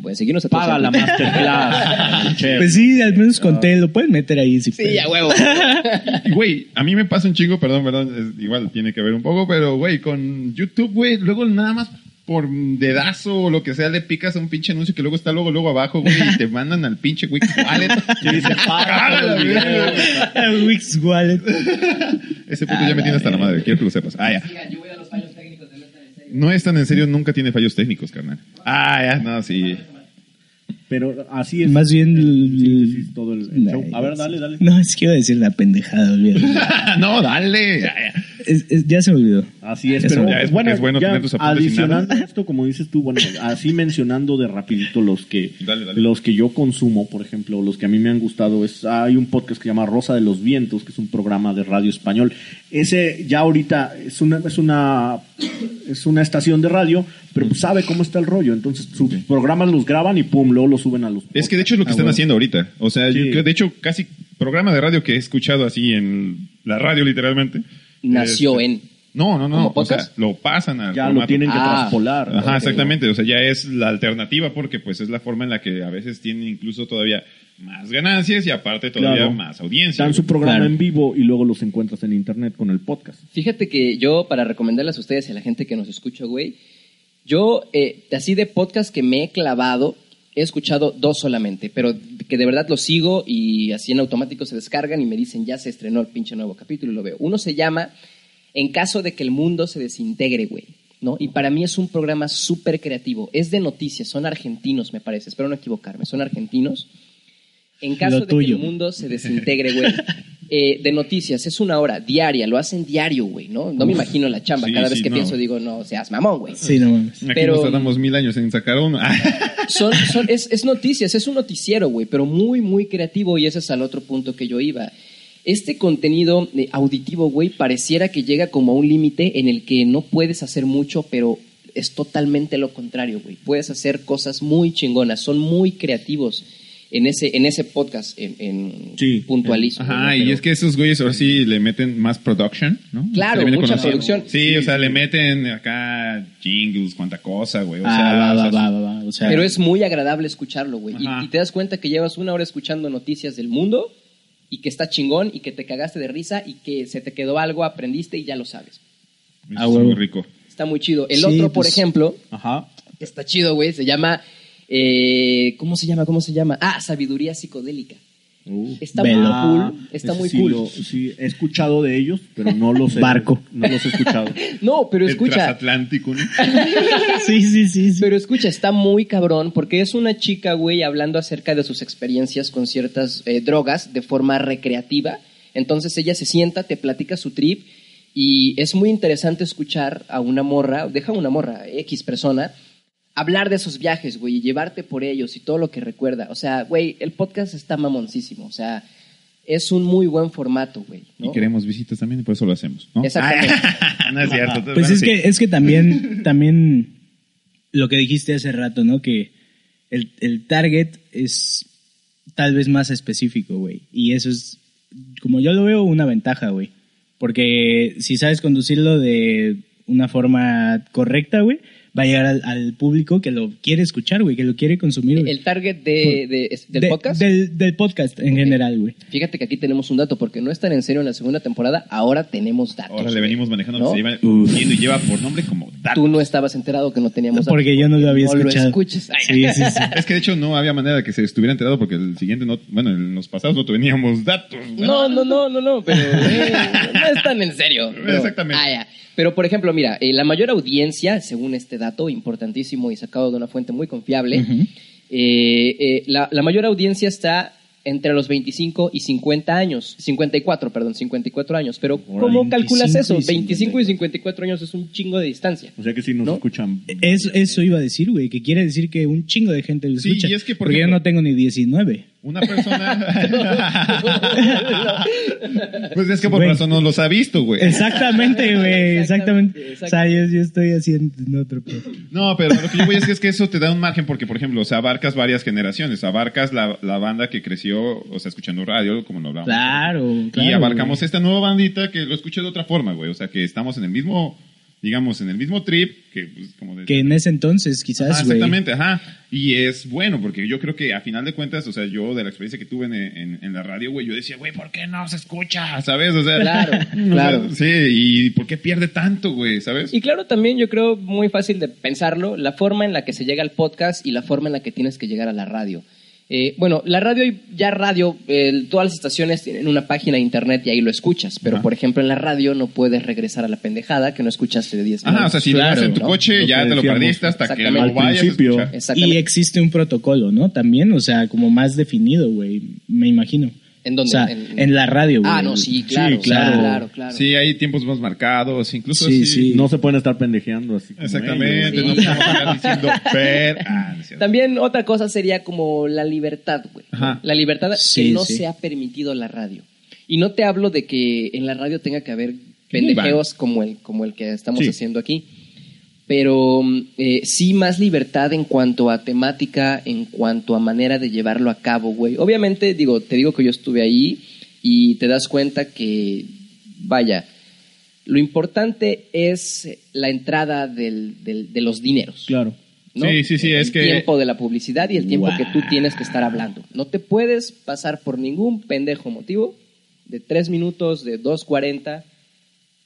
[SPEAKER 1] Pueden seguirnos a todos
[SPEAKER 4] Paga
[SPEAKER 1] en
[SPEAKER 4] la
[SPEAKER 1] Twitter.
[SPEAKER 4] masterclass. chef.
[SPEAKER 2] Pues sí, al menos conté, lo pueden meter ahí si
[SPEAKER 1] Sí,
[SPEAKER 2] pueden.
[SPEAKER 1] a huevo.
[SPEAKER 3] Y, Güey, a mí me pasa un chingo, perdón, perdón, es- igual tiene que ver un poco, pero güey, con YouTube, güey, luego nada más por dedazo o lo que sea le picas a un pinche anuncio que luego está luego luego abajo, güey, y te mandan al pinche Wix Wallet.
[SPEAKER 4] Y dice, paga
[SPEAKER 3] Ah,
[SPEAKER 4] por
[SPEAKER 3] la
[SPEAKER 4] el
[SPEAKER 3] verga,
[SPEAKER 4] video.
[SPEAKER 3] güey.
[SPEAKER 2] Wix Wallet.
[SPEAKER 3] Ese puto ya me tiene hasta la madre, quiero que lo sepas. Ah, ya. No es tan en serio, nunca tiene fallos técnicos, carnal. Ah, ya, no, sí.
[SPEAKER 4] Pero así es.
[SPEAKER 2] Más bien,
[SPEAKER 4] en síntesis,
[SPEAKER 2] el-
[SPEAKER 4] todo el, el show. A ver,
[SPEAKER 2] es-
[SPEAKER 4] dale, dale.
[SPEAKER 2] No, es que iba a decir la pendejada, olvídalo.
[SPEAKER 3] no, dale. Ah, ya.
[SPEAKER 2] Es- es- ya se me olvidó.
[SPEAKER 4] Así es,
[SPEAKER 2] Eso
[SPEAKER 4] pero
[SPEAKER 2] ya
[SPEAKER 3] es,
[SPEAKER 4] bueno,
[SPEAKER 3] porque es bueno
[SPEAKER 4] ya
[SPEAKER 3] tener tus apuntes y nada.
[SPEAKER 4] adicionando esto, como dices tú, bueno, así mencionando de rapidito los que
[SPEAKER 3] Dale, dale.
[SPEAKER 4] los que yo consumo, por ejemplo, los que a mí me han gustado es hay un podcast que se llama Rosa de los Vientos, que es un programa de radio español. Ese ya ahorita es una es una es una estación de radio, pero pues sabe cómo está el rollo, entonces sus programas los graban y pum, luego los suben a los
[SPEAKER 3] Es que de hecho es lo que
[SPEAKER 4] Ah,
[SPEAKER 3] están
[SPEAKER 4] bueno.
[SPEAKER 3] haciendo ahorita. O sea,
[SPEAKER 4] Sí.
[SPEAKER 3] yo creo- de hecho, casi programa de radio que he escuchado así en la radio, literalmente.
[SPEAKER 1] Nació
[SPEAKER 3] Este,
[SPEAKER 1] en.
[SPEAKER 3] No, no, no.
[SPEAKER 1] ¿Como
[SPEAKER 3] O sea,
[SPEAKER 1] podcast?
[SPEAKER 3] lo pasan al
[SPEAKER 4] ya lo
[SPEAKER 3] formato.
[SPEAKER 4] tienen que
[SPEAKER 1] Ah.
[SPEAKER 4] traspolar.
[SPEAKER 3] Ajá,
[SPEAKER 4] Ok.
[SPEAKER 3] exactamente. O sea, ya es la alternativa porque pues es la forma en la que a veces tienen incluso todavía más ganancias y aparte todavía
[SPEAKER 4] Claro.
[SPEAKER 3] más audiencia.
[SPEAKER 4] Dan su programa
[SPEAKER 2] Claro.
[SPEAKER 4] en vivo y luego los encuentras en internet con el podcast.
[SPEAKER 1] Fíjate que yo, para recomendarles a ustedes y a la gente que nos escucha, güey, yo, eh, así de podcast que me he clavado, he escuchado dos solamente, pero que de verdad los sigo y así en automático se descargan y me dicen, ya se estrenó el pinche nuevo capítulo y lo veo. Uno se llama En caso de que el mundo se desintegre, güey. ¿No? Y para mí es un programa súper creativo. Es de noticias, son argentinos, me parece. Espero no equivocarme, son argentinos. En caso
[SPEAKER 2] Lo
[SPEAKER 1] de que
[SPEAKER 2] tuyo.
[SPEAKER 1] el mundo se desintegre, güey. eh, de noticias, es una hora diaria, lo hacen diario, güey, ¿no? No me imagino la chamba.
[SPEAKER 3] sí,
[SPEAKER 1] Cada vez
[SPEAKER 3] sí,
[SPEAKER 1] que
[SPEAKER 3] no.
[SPEAKER 1] pienso digo, no seas mamón, güey.
[SPEAKER 2] Sí, no mames.
[SPEAKER 3] Aquí
[SPEAKER 1] pero-
[SPEAKER 3] nos tardamos mil años en sacar uno.
[SPEAKER 1] Son, son- es, es noticias, es un noticiero, güey, pero muy, muy creativo y ese es al otro punto que yo iba. Este contenido eh, auditivo, güey, pareciera que llega como a un límite en el que no puedes hacer mucho, pero es totalmente lo contrario, güey. Puedes hacer cosas muy chingonas, son muy creativos en ese, en ese podcast, en, en
[SPEAKER 4] Sí.
[SPEAKER 1] puntualismo.
[SPEAKER 3] Ajá, y es que esos güeyes ahora sí le meten más production, ¿no?
[SPEAKER 1] Claro,
[SPEAKER 3] Se viene
[SPEAKER 1] mucha
[SPEAKER 3] conociendo.
[SPEAKER 1] producción.
[SPEAKER 3] Sí, o sea, le meten acá jingles, cuánta cosa, güey. O sea,
[SPEAKER 2] Ah, va,
[SPEAKER 3] o
[SPEAKER 2] va,
[SPEAKER 3] sea,
[SPEAKER 2] va, va, va, O sea,
[SPEAKER 1] Pero es muy agradable escucharlo, güey.
[SPEAKER 3] Ajá.
[SPEAKER 1] Y, y te das cuenta que llevas una hora escuchando noticias del mundo y que está chingón y que te cagaste de risa y que se te quedó algo, aprendiste y ya lo sabes.
[SPEAKER 3] eso
[SPEAKER 2] Ah,
[SPEAKER 3] es
[SPEAKER 2] huevo.
[SPEAKER 3] muy rico.
[SPEAKER 1] Está muy chido. El
[SPEAKER 2] Sí,
[SPEAKER 1] otro, por
[SPEAKER 2] pues-
[SPEAKER 1] ejemplo,
[SPEAKER 4] Ajá.
[SPEAKER 1] está chido, güey. Se llama... eh, ¿Cómo se llama? ¿Cómo se llama? Ah, Sabiduría Psicodélica. Está
[SPEAKER 2] Velo.
[SPEAKER 1] muy cool. Está
[SPEAKER 4] Uh. Ah, ese
[SPEAKER 1] muy
[SPEAKER 4] sí
[SPEAKER 1] cool.
[SPEAKER 4] lo- sí, he escuchado de ellos, pero no los he,
[SPEAKER 2] Barco.
[SPEAKER 4] No los he escuchado.
[SPEAKER 1] No, pero
[SPEAKER 3] El
[SPEAKER 1] escucha.
[SPEAKER 3] Transatlántico, ¿no?
[SPEAKER 2] Sí, sí, sí. sí.
[SPEAKER 1] Pero escucha, está muy cabrón porque es una chica, güey, hablando acerca de sus experiencias con ciertas eh, drogas de forma recreativa. Entonces ella se sienta, te platica su trip y es muy interesante escuchar a una morra, deja una morra, X persona, hablar de esos viajes, güey, y llevarte por ellos y todo lo que recuerda. O sea, güey, el podcast está mamoncísimo. O sea, es un muy buen formato, güey. ¿no?
[SPEAKER 3] Y queremos visitas también y por eso lo hacemos, ¿no?
[SPEAKER 1] Exactamente.
[SPEAKER 3] Ah, no es cierto.
[SPEAKER 2] Pues
[SPEAKER 3] Bueno,
[SPEAKER 2] es
[SPEAKER 3] sí.
[SPEAKER 2] que, es que también, también lo que dijiste hace rato, ¿no? Que el, el target es tal vez más específico, güey. Y eso es, como yo lo veo, una ventaja, güey. Porque si sabes conducirlo de una forma correcta, güey, va a llegar al, al público que lo quiere escuchar, güey, que lo quiere consumir. güey.
[SPEAKER 1] El target de, de- es- del
[SPEAKER 2] De-
[SPEAKER 1] podcast.
[SPEAKER 2] Del, del podcast en general, güey.
[SPEAKER 1] Fíjate que aquí tenemos un dato, porque no es tan en serio en la segunda temporada, ahora tenemos datos.
[SPEAKER 3] Ahora le
[SPEAKER 1] güey.
[SPEAKER 3] venimos manejando lo
[SPEAKER 1] ¿No?
[SPEAKER 3] que se lleva
[SPEAKER 2] Uf.
[SPEAKER 3] y lleva por nombre como dato.
[SPEAKER 1] Tú no estabas enterado que no teníamos datos.
[SPEAKER 2] Porque yo no lo había escuchado.
[SPEAKER 1] No lo escuches. Ay.
[SPEAKER 2] Sí, sí, sí.
[SPEAKER 3] Es que de hecho no había manera de que se estuviera enterado porque el siguiente no, bueno, en los pasados no teníamos datos. güey.
[SPEAKER 1] No, no, no, no, no, pero eh, no es tan en serio. pero-
[SPEAKER 3] Exactamente.
[SPEAKER 1] Ah, ya. Pero, por ejemplo, mira, eh, la mayor audiencia, según este dato importantísimo y sacado de una fuente muy confiable, eh, eh, la, la mayor audiencia está entre los 25 y 50 años. 54, perdón, 54 años. Pero, ¿cómo
[SPEAKER 2] 25
[SPEAKER 1] calculas
[SPEAKER 2] y
[SPEAKER 1] eso?
[SPEAKER 2] 54.
[SPEAKER 1] 25 y 54 años es un chingo de distancia.
[SPEAKER 4] O sea que sí nos
[SPEAKER 1] ¿No?
[SPEAKER 4] escuchan.
[SPEAKER 2] Es- eso iba a decir, güey, que quiere decir que un chingo de gente lo
[SPEAKER 3] Sí,
[SPEAKER 2] escucha.
[SPEAKER 3] y es que, por
[SPEAKER 2] porque
[SPEAKER 3] ejemplo-
[SPEAKER 2] yo no tengo ni 19.
[SPEAKER 3] Una persona. pues es que por
[SPEAKER 2] Güey.
[SPEAKER 3] razón no los ha visto, güey.
[SPEAKER 2] Exactamente, güey,
[SPEAKER 1] Exactamente,
[SPEAKER 2] exactamente. O sea, yo, yo estoy haciendo en otro... pedo.
[SPEAKER 3] No, pero lo que yo voy es que, es que eso te da un margen porque, por ejemplo, o sea, abarcas varias generaciones, abarcas la, la banda que creció, o sea, escuchando radio, como lo hablamos.
[SPEAKER 2] Claro, claro.
[SPEAKER 3] y abarcamos
[SPEAKER 2] güey.
[SPEAKER 3] esta nueva bandita que lo escucha de otra forma, güey. O sea, que estamos en el mismo, digamos, en el mismo trip, que pues, como de-
[SPEAKER 2] Que en ese entonces,
[SPEAKER 3] Ajá,
[SPEAKER 2] quizás, güey.
[SPEAKER 3] Ah, exactamente, ajá. Y es bueno, porque yo creo que a final de cuentas, o sea, yo de la experiencia que tuve en, en- en la radio, güey, yo decía, güey, ¿por qué no se escucha? ¿Sabes? O sea,
[SPEAKER 1] Claro,
[SPEAKER 3] o sea,
[SPEAKER 1] claro.
[SPEAKER 3] Sí, y ¿por qué pierde tanto, güey? ¿Sabes?
[SPEAKER 1] Y claro, también yo creo muy fácil de pensarlo, la forma en la que se llega al podcast y la forma en la que tienes que llegar a la radio. Eh, bueno, la radio, y- ya radio, eh, todas las estaciones tienen una página de internet y ahí lo escuchas, pero
[SPEAKER 3] Ajá.
[SPEAKER 1] por ejemplo en la radio no puedes regresar a la pendejada que no escuchaste de 10
[SPEAKER 3] Ajá, o sea, si lo
[SPEAKER 2] Claro,
[SPEAKER 3] haces en tu
[SPEAKER 1] ¿no?
[SPEAKER 3] coche,
[SPEAKER 4] Lo
[SPEAKER 3] ya
[SPEAKER 4] que
[SPEAKER 3] te lo
[SPEAKER 4] decíamos.
[SPEAKER 3] perdiste hasta que
[SPEAKER 1] Exactamente.
[SPEAKER 3] lo
[SPEAKER 1] Al
[SPEAKER 3] vayas a
[SPEAKER 4] principio.
[SPEAKER 3] escuchar.
[SPEAKER 1] Exactamente.
[SPEAKER 2] Y existe un protocolo, ¿no? También, o sea, como más definido, güey, me imagino.
[SPEAKER 1] ¿En dónde?
[SPEAKER 2] O sea,
[SPEAKER 1] En-
[SPEAKER 2] en, la radio, güey.
[SPEAKER 1] Ah, no, sí, claro, claro,
[SPEAKER 2] claro.
[SPEAKER 1] claro, claro.
[SPEAKER 3] Sí, hay tiempos más marcados, incluso
[SPEAKER 2] Sí,
[SPEAKER 3] así.
[SPEAKER 2] sí.
[SPEAKER 4] No se pueden estar pendejeando así. como
[SPEAKER 3] Exactamente,
[SPEAKER 4] ellos,
[SPEAKER 1] Sí.
[SPEAKER 3] no podemos estar diciendo per. Ah, no es cierto.
[SPEAKER 1] También otra cosa sería como la libertad, güey.
[SPEAKER 3] Ajá.
[SPEAKER 1] La libertad que
[SPEAKER 2] Sí,
[SPEAKER 1] no
[SPEAKER 2] sí.
[SPEAKER 1] se ha permitido la radio. Y no te hablo de que en la radio tenga que haber
[SPEAKER 3] muy
[SPEAKER 1] pendejeos como el, como el que estamos
[SPEAKER 4] Sí.
[SPEAKER 1] haciendo aquí. Pero mm, eh, sí más libertad en cuanto a temática, en cuanto a manera de llevarlo a cabo, güey. Obviamente, digo, te digo que yo estuve ahí y te das cuenta que, vaya, lo importante es la entrada del- del- de los dineros.
[SPEAKER 4] Claro.
[SPEAKER 1] ¿no?
[SPEAKER 3] Sí, sí, sí,
[SPEAKER 1] El
[SPEAKER 3] es que-
[SPEAKER 1] tiempo de la publicidad y el tiempo
[SPEAKER 2] Guau.
[SPEAKER 1] que tú tienes que estar hablando. No te puedes pasar por ningún pendejo motivo de tres minutos, de 2.40.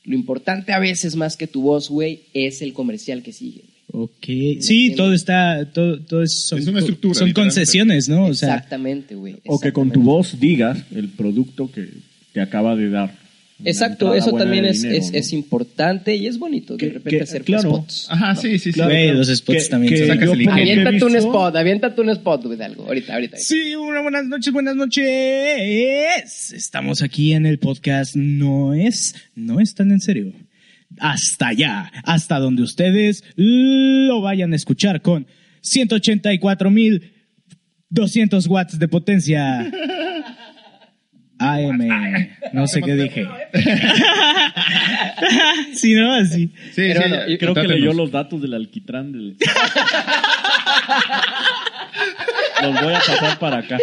[SPEAKER 1] Lo importante a veces más que tu voz, güey, es el comercial que sigue. güey.
[SPEAKER 2] Ok. Sí, todo está, todo, todo es, son,
[SPEAKER 3] Es una estructura,
[SPEAKER 2] son
[SPEAKER 3] literalmente.
[SPEAKER 2] concesiones, ¿no? O sea,
[SPEAKER 1] Exactamente, güey.
[SPEAKER 4] O que con tu
[SPEAKER 1] exactamente.
[SPEAKER 4] voz digas el producto que te acaba de dar. Una
[SPEAKER 1] Exacto,
[SPEAKER 4] entrada
[SPEAKER 1] eso
[SPEAKER 4] buena
[SPEAKER 1] también
[SPEAKER 4] de
[SPEAKER 1] es,
[SPEAKER 4] dinero,
[SPEAKER 1] es,
[SPEAKER 4] ¿no?
[SPEAKER 1] es importante y es bonito de
[SPEAKER 4] Que-
[SPEAKER 1] repente
[SPEAKER 4] que-
[SPEAKER 1] hacer
[SPEAKER 4] claro.
[SPEAKER 1] spots.
[SPEAKER 3] Ajá, sí, sí, sí.
[SPEAKER 2] Claro. Güey, los spots también son-
[SPEAKER 3] Sacas
[SPEAKER 4] yo
[SPEAKER 3] el
[SPEAKER 1] Ah,
[SPEAKER 4] por lo que he
[SPEAKER 3] ingenio.
[SPEAKER 1] Aviéntate un
[SPEAKER 4] visto-
[SPEAKER 1] spot, aviéntate un spot, güey, de algo. Ahorita, ahorita. ahorita.
[SPEAKER 2] Sí, una buenas noches, buenas noches. Estamos aquí en el podcast No es, no es tan en serio. Hasta allá, hasta donde ustedes lo vayan a escuchar con 184.200 watts de potencia. AM, no sé qué dije. Si no, así.
[SPEAKER 3] Sí,
[SPEAKER 1] Pero
[SPEAKER 3] sí,
[SPEAKER 1] bueno,
[SPEAKER 3] ya,
[SPEAKER 1] y-
[SPEAKER 4] Creo que
[SPEAKER 3] contátenos.
[SPEAKER 4] leyó los datos del alquitrán del... los voy a pasar para acá.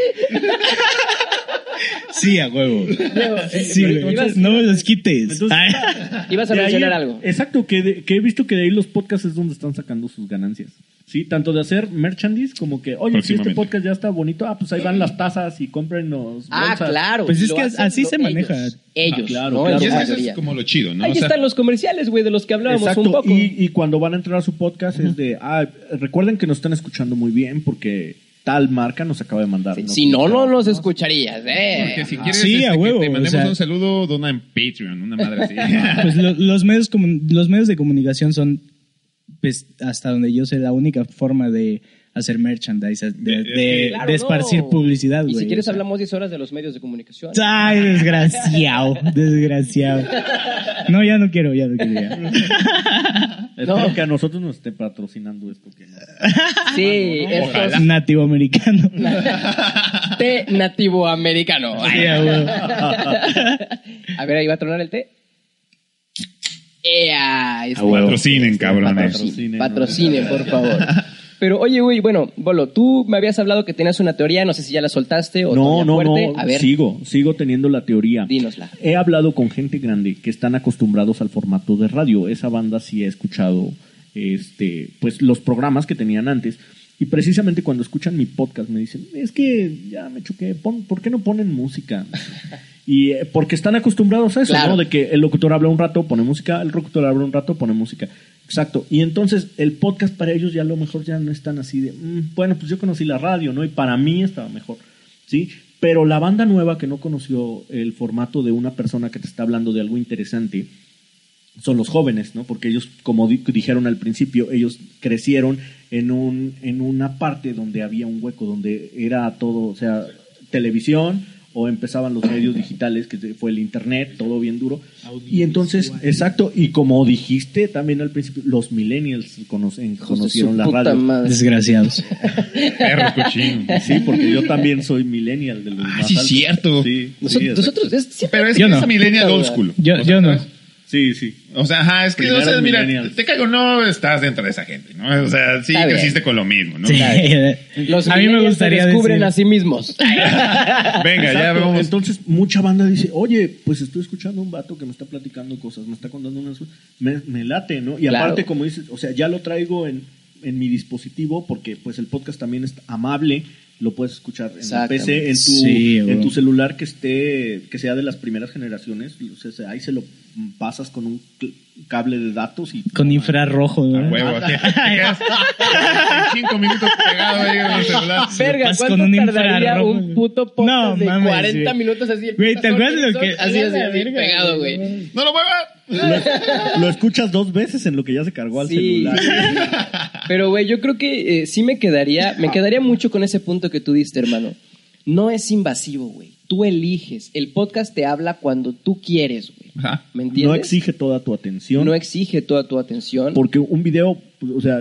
[SPEAKER 2] Sí, a huevo.
[SPEAKER 1] Luego, eh,
[SPEAKER 2] Sí,
[SPEAKER 1] pero
[SPEAKER 2] güey.
[SPEAKER 1] ibas-
[SPEAKER 2] no me los quites.
[SPEAKER 4] Entonces-
[SPEAKER 2] Ay.
[SPEAKER 1] Ibas a
[SPEAKER 4] De ahí-
[SPEAKER 1] mencionar algo.
[SPEAKER 4] Exacto, que, de- que he visto que de ahí los podcasts es donde están sacando sus ganancias. Sí, tanto de hacer merchandise como que, oye, si este
[SPEAKER 3] Próximamente.
[SPEAKER 4] podcast ya está bonito, ah, pues ahí van las tazas y cómprenos
[SPEAKER 1] Ah,
[SPEAKER 4] bolsas.
[SPEAKER 1] claro.
[SPEAKER 2] Pues es
[SPEAKER 1] lo
[SPEAKER 2] que
[SPEAKER 1] hacen
[SPEAKER 2] así
[SPEAKER 1] lo-
[SPEAKER 2] se maneja.
[SPEAKER 1] Ellos, ellos,
[SPEAKER 4] Ah, claro,
[SPEAKER 1] ¿no?
[SPEAKER 4] claro.
[SPEAKER 1] En su
[SPEAKER 3] Y es que eso
[SPEAKER 1] mayoría.
[SPEAKER 3] es como lo chido, ¿no?
[SPEAKER 1] Ahí
[SPEAKER 3] O sea,
[SPEAKER 1] están los comerciales, güey, de los que hablábamos
[SPEAKER 4] Exacto,
[SPEAKER 1] pues, un poco.
[SPEAKER 4] Y, y cuando van a entrar a su podcast es de, ah, recuerden que nos están escuchando muy bien porque tal marca nos acaba de mandar.
[SPEAKER 1] Sí,
[SPEAKER 4] ¿no?
[SPEAKER 1] si no, no los escucharías,
[SPEAKER 3] porque
[SPEAKER 1] ¿eh?
[SPEAKER 3] si quieres
[SPEAKER 2] Ah, Sí,
[SPEAKER 3] este,
[SPEAKER 2] a
[SPEAKER 3] que
[SPEAKER 2] huevo,
[SPEAKER 3] te
[SPEAKER 2] o
[SPEAKER 3] mandemos
[SPEAKER 2] sea.
[SPEAKER 3] un saludo, dona en Patreon, una madre así.
[SPEAKER 2] Pues lo- los, medios comun- los medios de comunicación son, pues, hasta donde yo sé, la única forma de hacer merchandise, de,
[SPEAKER 3] De-
[SPEAKER 2] de-
[SPEAKER 3] de-
[SPEAKER 1] Claro,
[SPEAKER 2] de esparcir
[SPEAKER 1] no.
[SPEAKER 2] publicidad, güey.
[SPEAKER 1] Y si quieres
[SPEAKER 2] o sea.
[SPEAKER 1] hablamos 10 horas de los medios de comunicación.
[SPEAKER 2] Ay, desgraciado, desgraciado. No, ya no quiero, ya no quiero. ya.
[SPEAKER 4] Espero
[SPEAKER 1] No.
[SPEAKER 4] que a nosotros nos esté patrocinando esto. que no.
[SPEAKER 1] Ah, Sí, estos
[SPEAKER 2] Nativo americano.
[SPEAKER 1] té nativo americano.
[SPEAKER 2] Sí, a huevo.
[SPEAKER 1] A ver, ahí va a tronar el té. ¡Ea! Este-
[SPEAKER 3] Patrocinen, cabrones.
[SPEAKER 1] Patrocinen,
[SPEAKER 4] Patrocinen,
[SPEAKER 1] patrocinen, por favor. Pero oye, güey, bueno, Bolo, tú me habías hablado que tenías una teoría, no sé si ya la soltaste o
[SPEAKER 4] No,
[SPEAKER 1] todavía
[SPEAKER 4] no,
[SPEAKER 1] fuerte.
[SPEAKER 4] no.
[SPEAKER 1] A ver,
[SPEAKER 4] Sigo, sigo teniendo la teoría.
[SPEAKER 1] dínosla.
[SPEAKER 4] He hablado con gente grande que están acostumbrados al formato de radio. Esa banda sí he escuchado este, pues, los programas que tenían antes. Y precisamente cuando escuchan mi podcast me dicen, es que ya me choqué, pon- ¿por qué no ponen música? Y eh, porque están acostumbrados a eso,
[SPEAKER 1] Claro.
[SPEAKER 4] ¿no? De que el locutor habla un rato, pone música, el locutor habla un rato, pone música. Exacto. Y entonces el podcast para ellos ya a lo mejor ya no están así de, "Mm, bueno, pues yo conocí la radio, ¿no? Y para mí estaba mejor, ¿sí? Pero la banda nueva que no conoció el formato de una persona que te está hablando de algo interesante, son los jóvenes, ¿no? Porque ellos, como di- dijeron al principio, ellos crecieron en, un, en una parte donde había un hueco, donde era todo, o sea, televisión o empezaban los medios digitales, que fue el internet, todo bien duro. Y entonces, exacto, y como dijiste también al principio, los millennials conocen,
[SPEAKER 1] Hijos de
[SPEAKER 4] conocieron
[SPEAKER 1] su
[SPEAKER 4] la
[SPEAKER 1] puta
[SPEAKER 4] radio.
[SPEAKER 1] madre.
[SPEAKER 2] Desgraciados.
[SPEAKER 3] Perro cochino.
[SPEAKER 4] Sí, porque yo también soy millennial de los
[SPEAKER 3] Ah,
[SPEAKER 4] más
[SPEAKER 3] sí,
[SPEAKER 4] altos.
[SPEAKER 3] cierto.
[SPEAKER 4] Sí, sí,
[SPEAKER 1] Nosotros,
[SPEAKER 4] exacto.
[SPEAKER 1] nosotros es- siempre-
[SPEAKER 3] Pero es
[SPEAKER 2] Yo
[SPEAKER 3] que
[SPEAKER 2] no.
[SPEAKER 3] es millennial
[SPEAKER 1] Puta,
[SPEAKER 3] old school.
[SPEAKER 2] Yo,
[SPEAKER 3] O sea,
[SPEAKER 2] yo no.
[SPEAKER 4] sí, sí.
[SPEAKER 3] O sea, ajá, es que, o
[SPEAKER 4] Primeros
[SPEAKER 3] sea, mira,
[SPEAKER 4] millennials.
[SPEAKER 3] te caigo, no estás dentro de esa gente, ¿no? O sea, sí
[SPEAKER 1] Está bien.
[SPEAKER 3] creciste con lo mismo, ¿no?
[SPEAKER 2] Sí.
[SPEAKER 1] los
[SPEAKER 2] a mí me
[SPEAKER 1] millennials se
[SPEAKER 2] gustaría
[SPEAKER 1] descubren
[SPEAKER 2] decir-
[SPEAKER 1] a sí mismos.
[SPEAKER 3] Venga, ya
[SPEAKER 4] Exacto.
[SPEAKER 3] vamos.
[SPEAKER 4] Entonces, mucha banda dice, oye, pues estoy escuchando a un vato que me está platicando cosas, me está contando unas cosas, me, me late, ¿no? Y
[SPEAKER 1] Claro.
[SPEAKER 4] aparte, como dices, o sea, ya lo traigo en, en mi dispositivo porque pues el podcast también es amable, lo puedes escuchar en la
[SPEAKER 1] Exactamente.
[SPEAKER 4] PC, en tu,
[SPEAKER 2] Sí,
[SPEAKER 4] en
[SPEAKER 2] bro.
[SPEAKER 4] tu celular que esté, que sea de las primeras generaciones, o sea, se- ahí se lo pasas con un cl- cable de datos y...
[SPEAKER 2] Con infrarrojo,
[SPEAKER 3] A
[SPEAKER 2] ¿no?
[SPEAKER 3] huevo, así. te quedas Cinco minutos pegado ahí en el celular.
[SPEAKER 1] Verga,
[SPEAKER 2] Vas
[SPEAKER 1] ¿cuánto
[SPEAKER 2] con un
[SPEAKER 1] tardaría
[SPEAKER 2] infrarrojo,
[SPEAKER 1] un
[SPEAKER 2] güey.
[SPEAKER 1] puto podcast
[SPEAKER 2] No,
[SPEAKER 1] de
[SPEAKER 2] mames,
[SPEAKER 1] 40
[SPEAKER 2] güey.
[SPEAKER 1] minutos así? el
[SPEAKER 2] Güey, ¿te
[SPEAKER 1] puto
[SPEAKER 2] acuerdas lo que-
[SPEAKER 1] Así, así,
[SPEAKER 2] La
[SPEAKER 1] así,
[SPEAKER 2] verga,
[SPEAKER 1] pegado,
[SPEAKER 2] güey.
[SPEAKER 1] güey.
[SPEAKER 3] ¡No lo muevas!
[SPEAKER 4] Lo escuchas dos veces en lo que ya se cargó al
[SPEAKER 1] Sí.
[SPEAKER 4] celular.
[SPEAKER 1] Pero, güey, yo creo que eh, sí me quedaría, me quedaría mucho con ese punto que tú diste, hermano. No es invasivo, güey. Tú eliges. El podcast te habla cuando tú quieres, güey.
[SPEAKER 3] Ajá.
[SPEAKER 1] ¿Me entiendes?
[SPEAKER 4] No exige toda tu atención.
[SPEAKER 1] No exige toda tu atención.
[SPEAKER 4] Porque un video, pues, o sea,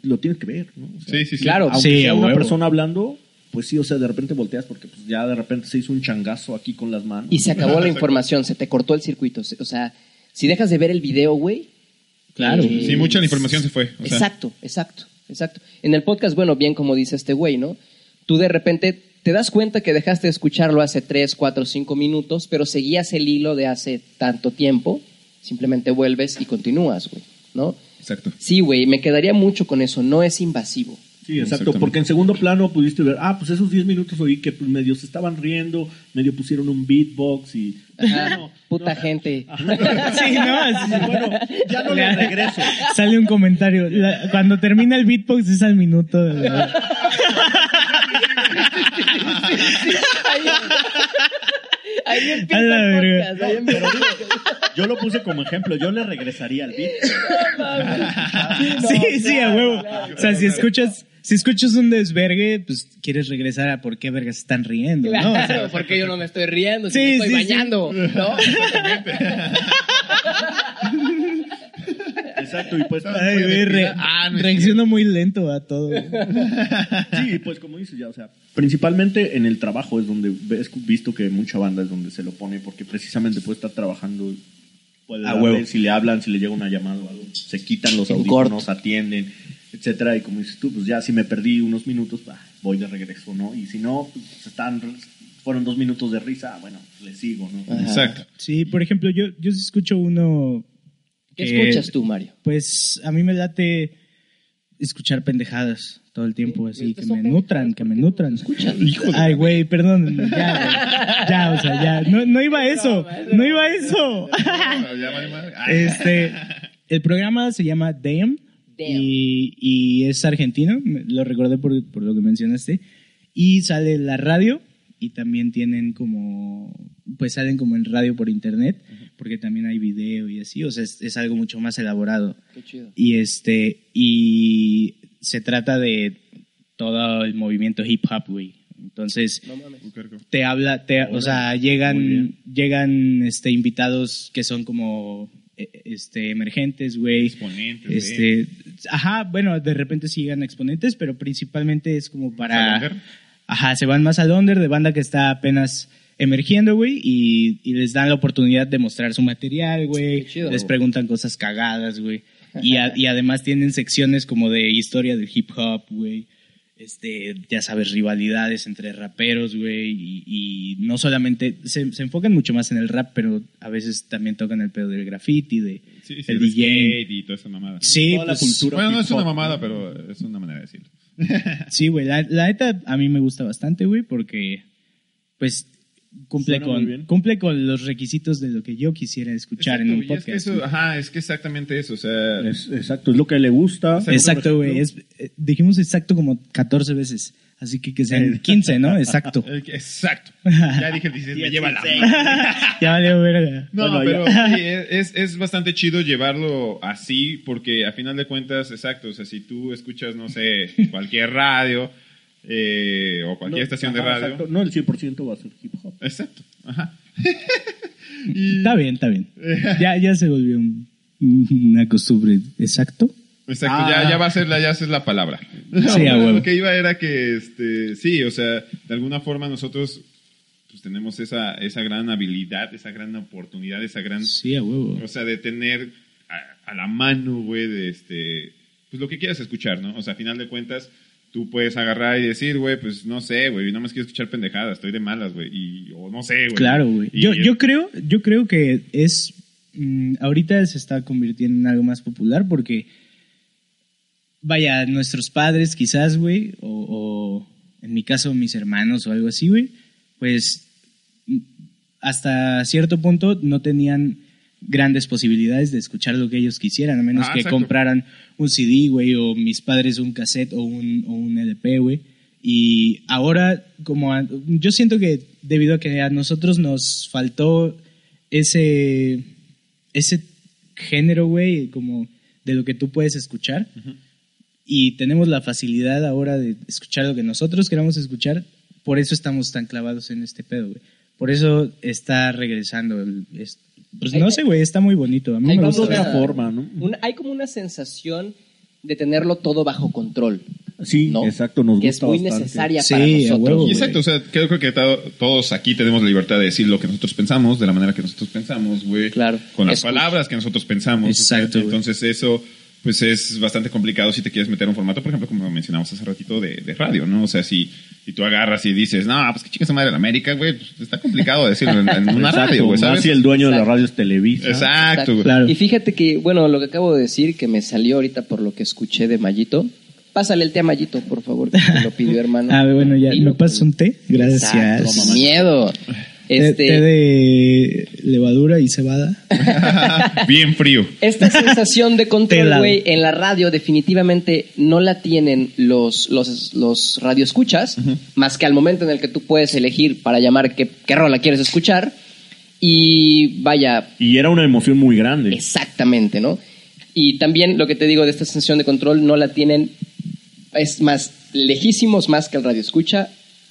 [SPEAKER 4] lo tienes que ver, ¿no? O sea,
[SPEAKER 3] Sí, sí, sí.
[SPEAKER 1] Claro.
[SPEAKER 4] Aunque
[SPEAKER 2] Sí,
[SPEAKER 4] sea
[SPEAKER 2] a
[SPEAKER 4] una
[SPEAKER 2] huevo.
[SPEAKER 4] persona hablando, pues sí, o sea, de repente volteas porque pues ya de repente se hizo un changazo aquí con las manos.
[SPEAKER 1] Y se acabó la información, se te cortó el circuito. O sea, si dejas de ver el video, güey.
[SPEAKER 2] Claro.
[SPEAKER 1] eh,
[SPEAKER 3] Sí, mucha de la información se fue. o sea.
[SPEAKER 1] exacto, exacto, exacto. En el podcast, bueno, bien como dice este güey, ¿no? Tú de repente te das cuenta que dejaste de escucharlo hace 3, 4, 5 minutos, pero seguías el hilo de hace tanto tiempo. Simplemente vuelves y continúas, güey, ¿no?
[SPEAKER 3] Exacto.
[SPEAKER 1] Sí, güey, me quedaría mucho con eso. No es invasivo.
[SPEAKER 4] Sí, exacto,
[SPEAKER 3] Exactamente.
[SPEAKER 4] porque en segundo plano pudiste ver, ah, pues esos 10 minutos oí que pues, medio se estaban riendo, medio pusieron un beatbox y...
[SPEAKER 1] Ajá,
[SPEAKER 4] No,
[SPEAKER 1] puta
[SPEAKER 4] no.
[SPEAKER 1] gente.
[SPEAKER 2] Sí, ¿no? Así-
[SPEAKER 4] Bueno, ya no le regreso.
[SPEAKER 2] Sale un comentario. La- cuando termina el beatbox es al minuto. de la-
[SPEAKER 1] Ahí, ahí empieza
[SPEAKER 2] A la
[SPEAKER 1] el
[SPEAKER 2] verga.
[SPEAKER 1] podcast, ahí empieza el podcast.
[SPEAKER 4] Yo lo puse como ejemplo, yo le regresaría al beat.
[SPEAKER 1] No,
[SPEAKER 2] sí, sí, a
[SPEAKER 1] claro,
[SPEAKER 2] huevo.
[SPEAKER 1] claro.
[SPEAKER 2] O sea, si escuchas, si escuchas un desvergue, pues quieres regresar a por qué vergas están riendo, ¿no? O sea,
[SPEAKER 1] Claro, porque yo no me estoy riendo, si
[SPEAKER 2] Sí,
[SPEAKER 1] me estoy
[SPEAKER 2] sí, sí.
[SPEAKER 1] bañando, ¿no?
[SPEAKER 4] Exacto, y pues...
[SPEAKER 2] ay, güey, re-
[SPEAKER 3] Ah, no es
[SPEAKER 2] reacciono muy lento a todo.
[SPEAKER 4] Sí, pues como dices ya, o sea, principalmente en el trabajo es donde he visto que mucha banda es donde se lo pone porque precisamente puede estar trabajando puede
[SPEAKER 2] A
[SPEAKER 4] darle,
[SPEAKER 2] huevo.
[SPEAKER 4] si le hablan, si le llega una llamada o algo, se quitan los
[SPEAKER 1] En
[SPEAKER 4] audífonos,
[SPEAKER 1] corto.
[SPEAKER 4] atienden, etcétera y como dices tú, pues ya si me perdí unos minutos, bah, voy de regreso, ¿no? Y si no, pues están fueron dos minutos de risa, ah, bueno, le sigo, ¿no?
[SPEAKER 3] Exacto.
[SPEAKER 2] Sí, por ejemplo, yo, yo sí escucho uno.
[SPEAKER 1] ¿Qué
[SPEAKER 2] que-
[SPEAKER 1] escuchas tú, Mario?
[SPEAKER 2] Pues a mí me late escuchar pendejadas todo el tiempo, así
[SPEAKER 1] estas
[SPEAKER 2] que
[SPEAKER 1] son
[SPEAKER 2] me
[SPEAKER 1] pendejadas,
[SPEAKER 2] nutran, que me nutran.
[SPEAKER 3] Hijo de-
[SPEAKER 2] Ay, güey, perdón. Ya, güey. ya, o sea, ya. No, no iba a eso. No iba a eso.
[SPEAKER 3] No, ya vale madre. Ah,
[SPEAKER 2] Este, el programa se llama Damn.
[SPEAKER 1] Damn.
[SPEAKER 2] Y, y es argentino, me- lo recordé por, por lo que mencionaste. Y sale la radio y también tienen como, pues salen como en radio por internet, porque también hay video y así, o sea, es, es algo mucho más elaborado.
[SPEAKER 1] Qué chido.
[SPEAKER 2] Y este, y se trata de todo el movimiento hip hop, güey. Entonces,
[SPEAKER 1] No mames.
[SPEAKER 3] uy, cargo.
[SPEAKER 2] te habla, te, o sea,
[SPEAKER 4] muy bien.
[SPEAKER 2] llegan, llegan este, invitados que son como eh, este, emergentes, güey.
[SPEAKER 3] Exponentes, güey.
[SPEAKER 2] Este, ajá, bueno, de repente sí llegan exponentes, pero principalmente es como
[SPEAKER 3] ¿Al
[SPEAKER 2] para...
[SPEAKER 3] under?
[SPEAKER 2] Ajá, se van más al under de banda que está apenas emergiendo, güey, y, y les dan la oportunidad de mostrar su material, güey.
[SPEAKER 1] Qué chido.
[SPEAKER 2] Les preguntan cosas cagadas, güey. Y, a- y además tienen secciones como de historia del hip hop, güey. este, ya sabes, rivalidades entre raperos, güey, y, y no solamente, se, se enfocan mucho más en el rap, pero a veces también tocan el pedo del graffiti, de,
[SPEAKER 3] Sí, sí,
[SPEAKER 2] el
[SPEAKER 3] el
[SPEAKER 2] DJ.
[SPEAKER 3] skate y toda esa mamada.
[SPEAKER 2] Sí,
[SPEAKER 4] Toda la
[SPEAKER 2] pues,
[SPEAKER 4] cultura.
[SPEAKER 3] Bueno, no es una
[SPEAKER 4] hip-hop,
[SPEAKER 3] mamada, pero es una manera de decirlo.
[SPEAKER 2] Sí, güey, la, la neta a mí me gusta bastante, güey, porque pues cumple
[SPEAKER 4] Suena muy bien.
[SPEAKER 2] con, cumple con los requisitos de lo que yo quisiera escuchar en
[SPEAKER 3] Exacto,
[SPEAKER 2] un
[SPEAKER 3] y es
[SPEAKER 2] podcast.
[SPEAKER 3] que eso-
[SPEAKER 2] güey.
[SPEAKER 3] ajá, es que exactamente eso, o sea,
[SPEAKER 4] Es- exacto, es lo que le gusta.
[SPEAKER 3] Exacto,
[SPEAKER 2] exacto,
[SPEAKER 3] por
[SPEAKER 2] güey.
[SPEAKER 3] ejemplo.
[SPEAKER 2] es- eh, dijimos exacto como 14 veces, así que que sean 15, ¿no? Exacto.
[SPEAKER 3] el que- exacto. Ya dije el 16, me lleva la madre.
[SPEAKER 2] ya valió verga.
[SPEAKER 3] No,
[SPEAKER 4] Bueno,
[SPEAKER 3] pero
[SPEAKER 4] ya.
[SPEAKER 3] sí, es, es bastante chido llevarlo así, porque a final de cuentas, exacto, o sea, si tú escuchas, no sé, cualquier radio eh, o cualquier
[SPEAKER 4] No,
[SPEAKER 3] estación de
[SPEAKER 4] ajá,
[SPEAKER 3] radio.
[SPEAKER 4] exacto, no, el 100% va a ser hip hop.
[SPEAKER 3] Exacto, ajá.
[SPEAKER 2] Está bien, está bien. Ya, ya se volvió un- una costumbre. Exacto.
[SPEAKER 3] Exacto,
[SPEAKER 4] Ah.
[SPEAKER 3] ya, ya va a ser la, ya es la palabra.
[SPEAKER 2] Sí, a huevo.
[SPEAKER 3] Lo que iba era que, este, sí, o sea, de alguna forma nosotros pues, tenemos esa, esa gran habilidad, esa gran oportunidad, esa gran,
[SPEAKER 2] Sí, a huevo.
[SPEAKER 3] o sea, de tener a, a la mano, güey, de este, pues lo que quieras escuchar, ¿no? O sea, a final de cuentas, tú puedes agarrar y decir, güey, pues no sé, güey, no más quiero escuchar pendejadas, estoy de malas, güey, y, o no sé, güey.
[SPEAKER 2] Claro, güey.
[SPEAKER 3] Y-
[SPEAKER 2] Yo, yo creo, yo creo que es mm, ahorita se está convirtiendo en algo más popular porque vaya, nuestros padres quizás, güey, o, o en mi caso mis hermanos o algo así, güey, pues mm, hasta cierto punto no tenían grandes posibilidades de escuchar lo que ellos quisieran, a menos
[SPEAKER 3] Ah,
[SPEAKER 2] que
[SPEAKER 3] exacto.
[SPEAKER 2] compraran un CD, güey, o mis padres un cassette o un, o un LP, güey. Y ahora, como a- yo siento que debido a que a nosotros nos faltó ese, ese género, güey, como de lo que tú puedes escuchar, y tenemos la facilidad ahora de escuchar lo que nosotros queramos escuchar, por eso estamos tan clavados en este pedo, güey. Por eso está regresando. el- es- pues no sé, güey, está muy bonito. A mí
[SPEAKER 1] Ahí
[SPEAKER 2] me
[SPEAKER 1] vamos
[SPEAKER 2] gusta.
[SPEAKER 1] a ver.
[SPEAKER 4] otra forma, ¿no?
[SPEAKER 1] Una- hay como una sensación de tenerlo todo bajo control.
[SPEAKER 4] Sí,
[SPEAKER 1] ¿no?
[SPEAKER 4] exacto, nos
[SPEAKER 1] que
[SPEAKER 4] gusta
[SPEAKER 1] es muy
[SPEAKER 4] bastante.
[SPEAKER 1] necesaria
[SPEAKER 2] Sí,
[SPEAKER 1] para
[SPEAKER 2] a
[SPEAKER 1] nosotros.
[SPEAKER 3] Y
[SPEAKER 2] huevo,
[SPEAKER 1] güey.
[SPEAKER 3] exacto, o sea, creo que to- todos aquí tenemos la libertad de decir lo que nosotros pensamos, de la manera que nosotros pensamos, güey.
[SPEAKER 1] Claro.
[SPEAKER 3] Con las
[SPEAKER 1] Escucha.
[SPEAKER 3] palabras que nosotros pensamos. o sea,
[SPEAKER 2] Exacto, güey.
[SPEAKER 3] entonces eso, pues es bastante complicado si te quieres meter a un formato, por ejemplo, como mencionamos hace ratito de, de radio, ¿no? O sea, si, si tú agarras y dices, no, pues que chicas madre de la América, güey, pues, está complicado decirlo en, en una
[SPEAKER 4] Exacto,
[SPEAKER 3] radio, güey,
[SPEAKER 4] más
[SPEAKER 3] ¿sabes?
[SPEAKER 4] si el dueño de
[SPEAKER 1] Exacto.
[SPEAKER 4] la radio es Televisa.
[SPEAKER 3] Exacto, güey.
[SPEAKER 2] Claro.
[SPEAKER 1] Y fíjate que, bueno, lo que acabo de decir, que me salió ahorita por lo que escuché de Mayito. Pásale el té a Mayito, por favor, que te lo pidió, hermano.
[SPEAKER 2] Ah, bueno, ya.
[SPEAKER 1] Dilo
[SPEAKER 2] ¿Me pasas
[SPEAKER 1] con-
[SPEAKER 2] un té? Gracias.
[SPEAKER 1] Exacto, mamá. miedo.
[SPEAKER 2] Té-
[SPEAKER 1] Este,
[SPEAKER 2] Té de levadura y cebada.
[SPEAKER 3] Bien frío.
[SPEAKER 1] Esta sensación de control,
[SPEAKER 2] Tela.
[SPEAKER 1] güey, en la radio definitivamente no la tienen los, los, los radioescuchas, más que al momento en el que tú puedes elegir para llamar qué, qué rola quieres escuchar. Y vaya,
[SPEAKER 4] Y era una emoción muy grande.
[SPEAKER 1] Exactamente, ¿no? Y también lo que te digo de esta sensación de control no la tienen, es más, lejísimos más que el radio escucha,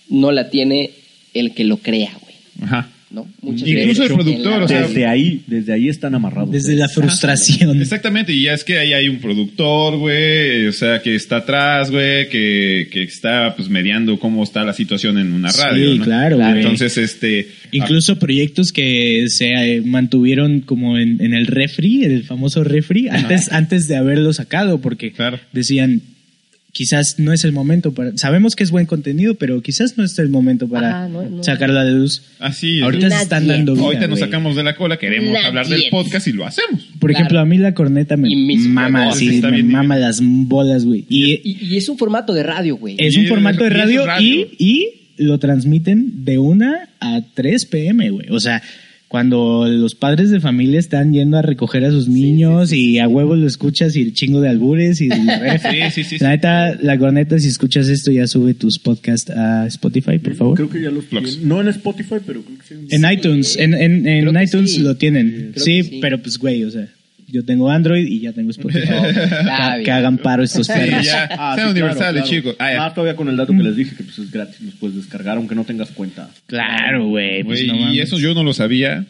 [SPEAKER 1] no la tiene el que lo crea, güey,
[SPEAKER 3] Ajá.
[SPEAKER 1] ¿no? Muchas
[SPEAKER 3] Incluso
[SPEAKER 1] veces
[SPEAKER 3] el productor,
[SPEAKER 1] en la
[SPEAKER 3] o sea,
[SPEAKER 1] radio.
[SPEAKER 4] Desde ahí, desde ahí están amarrados.
[SPEAKER 2] Desde la frustración.
[SPEAKER 3] Exactamente, y ya es que ahí hay un productor, güey, o sea, que está atrás, güey, que, que está pues mediando cómo está la situación en una
[SPEAKER 2] Sí,
[SPEAKER 3] radio. ¿no?
[SPEAKER 2] claro, güey.
[SPEAKER 3] Entonces, este.
[SPEAKER 2] Incluso proyectos que se eh, mantuvieron como en, en el refri, el famoso refri, antes, antes de haberlo sacado, porque
[SPEAKER 3] Claro.
[SPEAKER 2] decían, quizás no es el momento para... Sabemos que es buen contenido, pero quizás no es el momento para
[SPEAKER 1] Ajá, no, no.
[SPEAKER 2] sacarlo a la luz.
[SPEAKER 3] Así.
[SPEAKER 2] Ahorita se están
[SPEAKER 1] Nadie.
[SPEAKER 2] dando vida,
[SPEAKER 3] ah, este, ahorita nos
[SPEAKER 2] güey.
[SPEAKER 3] sacamos de la cola, queremos
[SPEAKER 1] Nadie.
[SPEAKER 3] hablar del podcast y lo hacemos.
[SPEAKER 2] Por
[SPEAKER 1] Claro.
[SPEAKER 2] ejemplo, a mí la corneta me
[SPEAKER 1] Y mis
[SPEAKER 2] mama,
[SPEAKER 3] huevos,
[SPEAKER 2] sí,
[SPEAKER 3] está
[SPEAKER 2] me
[SPEAKER 3] bien
[SPEAKER 2] mama las bolas, güey. Y
[SPEAKER 1] Y, y es un formato de radio, güey.
[SPEAKER 2] es
[SPEAKER 3] y
[SPEAKER 2] un
[SPEAKER 3] es-
[SPEAKER 2] formato de
[SPEAKER 3] y es
[SPEAKER 2] radio y,
[SPEAKER 3] radio.
[SPEAKER 2] y lo transmiten de 1 a 3 pm, güey. O sea, cuando los padres de familia están yendo a recoger a sus niños y a huevos lo escuchas y el chingo de albures y el ref.
[SPEAKER 3] Sí, sí, sí, sí.
[SPEAKER 2] La neta, la corneta, si escuchas esto, ya sube tus podcasts a Spotify, por favor.
[SPEAKER 4] Creo que ya los
[SPEAKER 3] Blogs.
[SPEAKER 4] tienen. No en Spotify, pero creo que sí. Ah,
[SPEAKER 2] En iTunes, en, en, en
[SPEAKER 1] Creo que
[SPEAKER 2] iTunes
[SPEAKER 1] sí.
[SPEAKER 2] lo tienen.
[SPEAKER 1] Creo
[SPEAKER 2] Sí,
[SPEAKER 1] que sí.
[SPEAKER 2] pero pues, güey, o sea, yo tengo Android y ya tengo Spotify.
[SPEAKER 1] Oh, está
[SPEAKER 2] que,
[SPEAKER 1] bien.
[SPEAKER 2] que hagan paro estos perros.
[SPEAKER 3] Sí, ya. Sean universales, chicos. Ah, ya.
[SPEAKER 4] Ah, todavía con el dato
[SPEAKER 2] Mm.
[SPEAKER 4] que les dije que pues es gratis, los puedes descargar aunque no tengas cuenta.
[SPEAKER 2] Claro, güey. pues
[SPEAKER 3] Güey,
[SPEAKER 2] no
[SPEAKER 3] y
[SPEAKER 2] mames.
[SPEAKER 3] eso yo no lo sabía